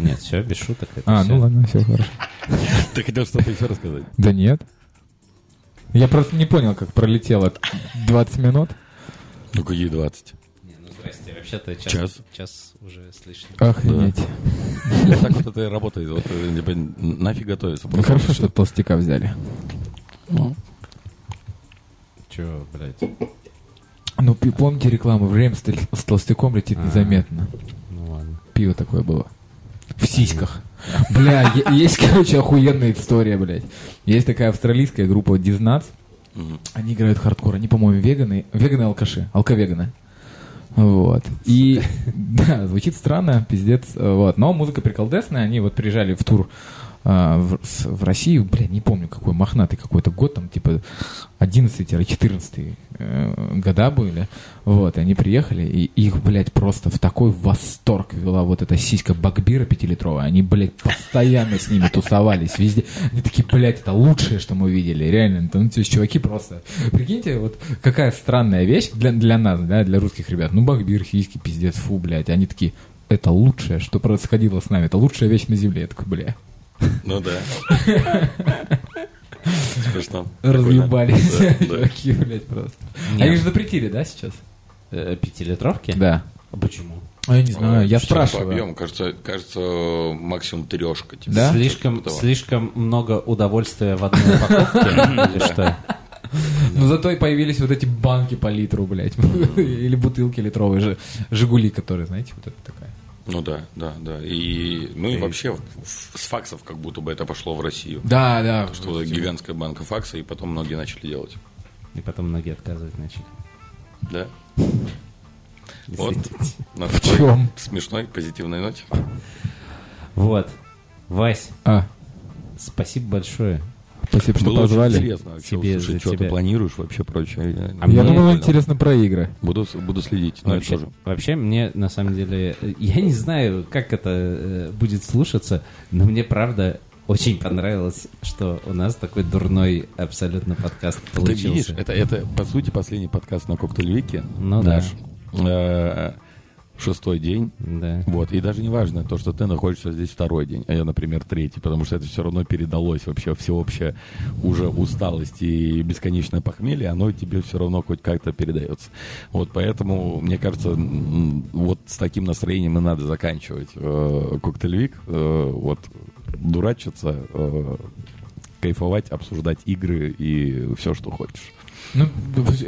[SPEAKER 1] Нет, все, без шуток. это
[SPEAKER 3] А,
[SPEAKER 1] всё.
[SPEAKER 3] ну ладно, все хорошо.
[SPEAKER 2] Ты хотел что-то еще рассказать?
[SPEAKER 3] Да нет. Я просто не понял, как пролетело 20 минут.
[SPEAKER 2] Ну, какие 20?
[SPEAKER 1] Не, ну, здрасте. Вообще-то час,
[SPEAKER 2] Час.
[SPEAKER 1] час уже слышно.
[SPEAKER 3] Охренеть.
[SPEAKER 2] Вот Ну, так вот это и работает. Вот, э, типа, нафиг готовиться.
[SPEAKER 3] Ну, хорошо, что толстяка взяли.
[SPEAKER 1] Че, блядь?
[SPEAKER 3] Ну, пи- помните рекламу? Время с, тол- с толстяком летит
[SPEAKER 1] А.
[SPEAKER 3] незаметно.
[SPEAKER 1] Ну, ладно.
[SPEAKER 3] Пиво такое было. В сиськах. Бля, е- есть, короче, охуенная история, блядь. Есть такая австралийская группа Дизнац.
[SPEAKER 2] Мгм.
[SPEAKER 3] Они играют хардкор. Они, по-моему, веганы. Веганы-алкаши. Алковеганы. Вот. И, да, звучит странно, пиздец. Вот. Но музыка приколдесная. Они вот приезжали в тур а, в, с- в Россию, бля, не помню, какой мохнатый какой-то год, там, типа, 11-14 э, года были, вот, и они приехали, и их, блядь, просто в такой восторг вела вот эта сиська Багбира пятилитровая, они, блядь, постоянно с ними тусовались везде, они такие, блядь, это лучшее, что мы видели, реально, ну, то есть, чуваки просто, прикиньте, вот, какая странная вещь для, для нас, да, для русских ребят, ну, Багбир, сиськи, пиздец, фу, блядь, они такие, это лучшее, что происходило с нами, это лучшая вещь на земле, я такой, бля,
[SPEAKER 2] Ну да. Смешно.
[SPEAKER 3] Разъебались.
[SPEAKER 2] Да, да.
[SPEAKER 3] Чуваки, блядь, просто.
[SPEAKER 1] Нет.
[SPEAKER 3] Они же запретили, да, сейчас?
[SPEAKER 1] Э, Пятилитровки?
[SPEAKER 3] Да.
[SPEAKER 1] А Почему?
[SPEAKER 3] А я не знаю, я
[SPEAKER 2] Что-то По
[SPEAKER 3] спрашиваю.
[SPEAKER 2] объему, кажется, кажется, максимум трешка. типа.
[SPEAKER 3] Да?
[SPEAKER 1] Слишком,
[SPEAKER 2] Что-то того.
[SPEAKER 1] слишком много удовольствия в одной упаковке или что?
[SPEAKER 3] Но зато и появились вот эти банки по литру, блядь. Или бутылки литровые же. Жигули, которые, знаете, вот это такая.
[SPEAKER 2] Ну да, да, да. И, ну и вообще в- с факсов как будто бы это пошло в Россию.
[SPEAKER 3] Да, да.
[SPEAKER 2] Что вот гигантская банка факса, и потом многие начали делать.
[SPEAKER 1] И потом многие отказывать начали.
[SPEAKER 2] Да? Вот. На
[SPEAKER 3] В
[SPEAKER 2] такой
[SPEAKER 3] чем?
[SPEAKER 2] Смешной, позитивной ноте.
[SPEAKER 1] А Вот. Вась,
[SPEAKER 3] А,
[SPEAKER 1] спасибо большое.
[SPEAKER 3] спасибо, что
[SPEAKER 2] Было очень
[SPEAKER 3] позвали.
[SPEAKER 2] интересно вообще
[SPEAKER 1] Тебе-
[SPEAKER 2] услышать,
[SPEAKER 1] за
[SPEAKER 2] что ты
[SPEAKER 1] тебя.
[SPEAKER 2] планируешь вообще прочее.
[SPEAKER 1] А
[SPEAKER 3] Я
[SPEAKER 1] мне
[SPEAKER 3] думал, интересно про игры.
[SPEAKER 2] Буду, с- буду следить. Ну,
[SPEAKER 1] Вообще,
[SPEAKER 2] тоже.
[SPEAKER 1] вообще, мне на самом деле, э, я не знаю, как это э, будет слушаться, но мне правда очень понравилось, что у нас такой дурной абсолютно подкаст
[SPEAKER 2] Ты видишь,
[SPEAKER 1] получился.
[SPEAKER 2] это, это, по сути, последний подкаст на Коктейль Вики.
[SPEAKER 1] Ну да.
[SPEAKER 2] наш. Э, Шестой день.
[SPEAKER 1] Да.
[SPEAKER 2] Вот, и даже не важно то, что ты находишься здесь второй день, а я, например, третий, потому что это все равно передалось вообще всеобщая уже усталость и бесконечное похмелье, оно тебе все равно хоть как-то передается. Вот, поэтому, мне кажется, м, вот с таким настроением и надо заканчивать э, коктейльвик, э, вот, дурачиться, э, кайфовать, обсуждать игры и все, что хочешь.
[SPEAKER 3] Ну,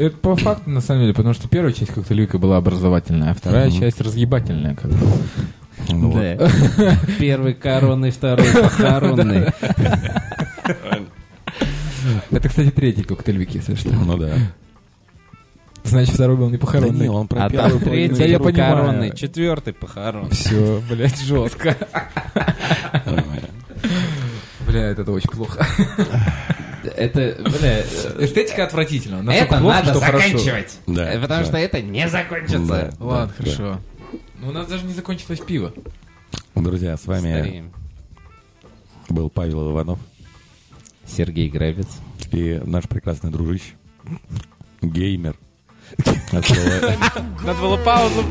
[SPEAKER 3] это по факту, на самом деле, потому что первая часть как-то Люка была образовательная, а вторая
[SPEAKER 2] Мгм.
[SPEAKER 3] часть разъебательная, как бы.
[SPEAKER 2] Ну вот.
[SPEAKER 1] Да. Первый коронный, второй похоронный.
[SPEAKER 3] Это, кстати, третий коктейль Вики, если что.
[SPEAKER 2] Ну да.
[SPEAKER 3] Значит, второй был
[SPEAKER 2] Да
[SPEAKER 3] не
[SPEAKER 2] не,
[SPEAKER 3] похоронный.
[SPEAKER 2] он про
[SPEAKER 1] А
[SPEAKER 2] первую
[SPEAKER 1] там
[SPEAKER 2] половину
[SPEAKER 1] третий
[SPEAKER 3] я
[SPEAKER 2] игры.
[SPEAKER 3] понимаю.
[SPEAKER 1] коронный, четвертый похоронный.
[SPEAKER 3] Все, блядь, жестко.
[SPEAKER 2] Нормально.
[SPEAKER 3] Бля, это очень плохо.
[SPEAKER 1] Это, бля, э,
[SPEAKER 3] Эстетика отвратительна. Настолько
[SPEAKER 1] это
[SPEAKER 3] плохо,
[SPEAKER 1] надо
[SPEAKER 3] что хорошо.
[SPEAKER 1] заканчивать.
[SPEAKER 2] Да,
[SPEAKER 1] Э, Потому
[SPEAKER 2] да.
[SPEAKER 1] что это не
[SPEAKER 2] Да,
[SPEAKER 1] закончится.
[SPEAKER 2] да,
[SPEAKER 3] Ладно,
[SPEAKER 2] да.
[SPEAKER 3] хорошо. Ну, у нас даже не закончилось пиво.
[SPEAKER 2] Друзья, с вами
[SPEAKER 1] Стареем.
[SPEAKER 2] был Павел Иванов
[SPEAKER 1] Сергей Грабец.
[SPEAKER 2] и наш прекрасный дружище, геймер. От слова-
[SPEAKER 3] Надо было паузу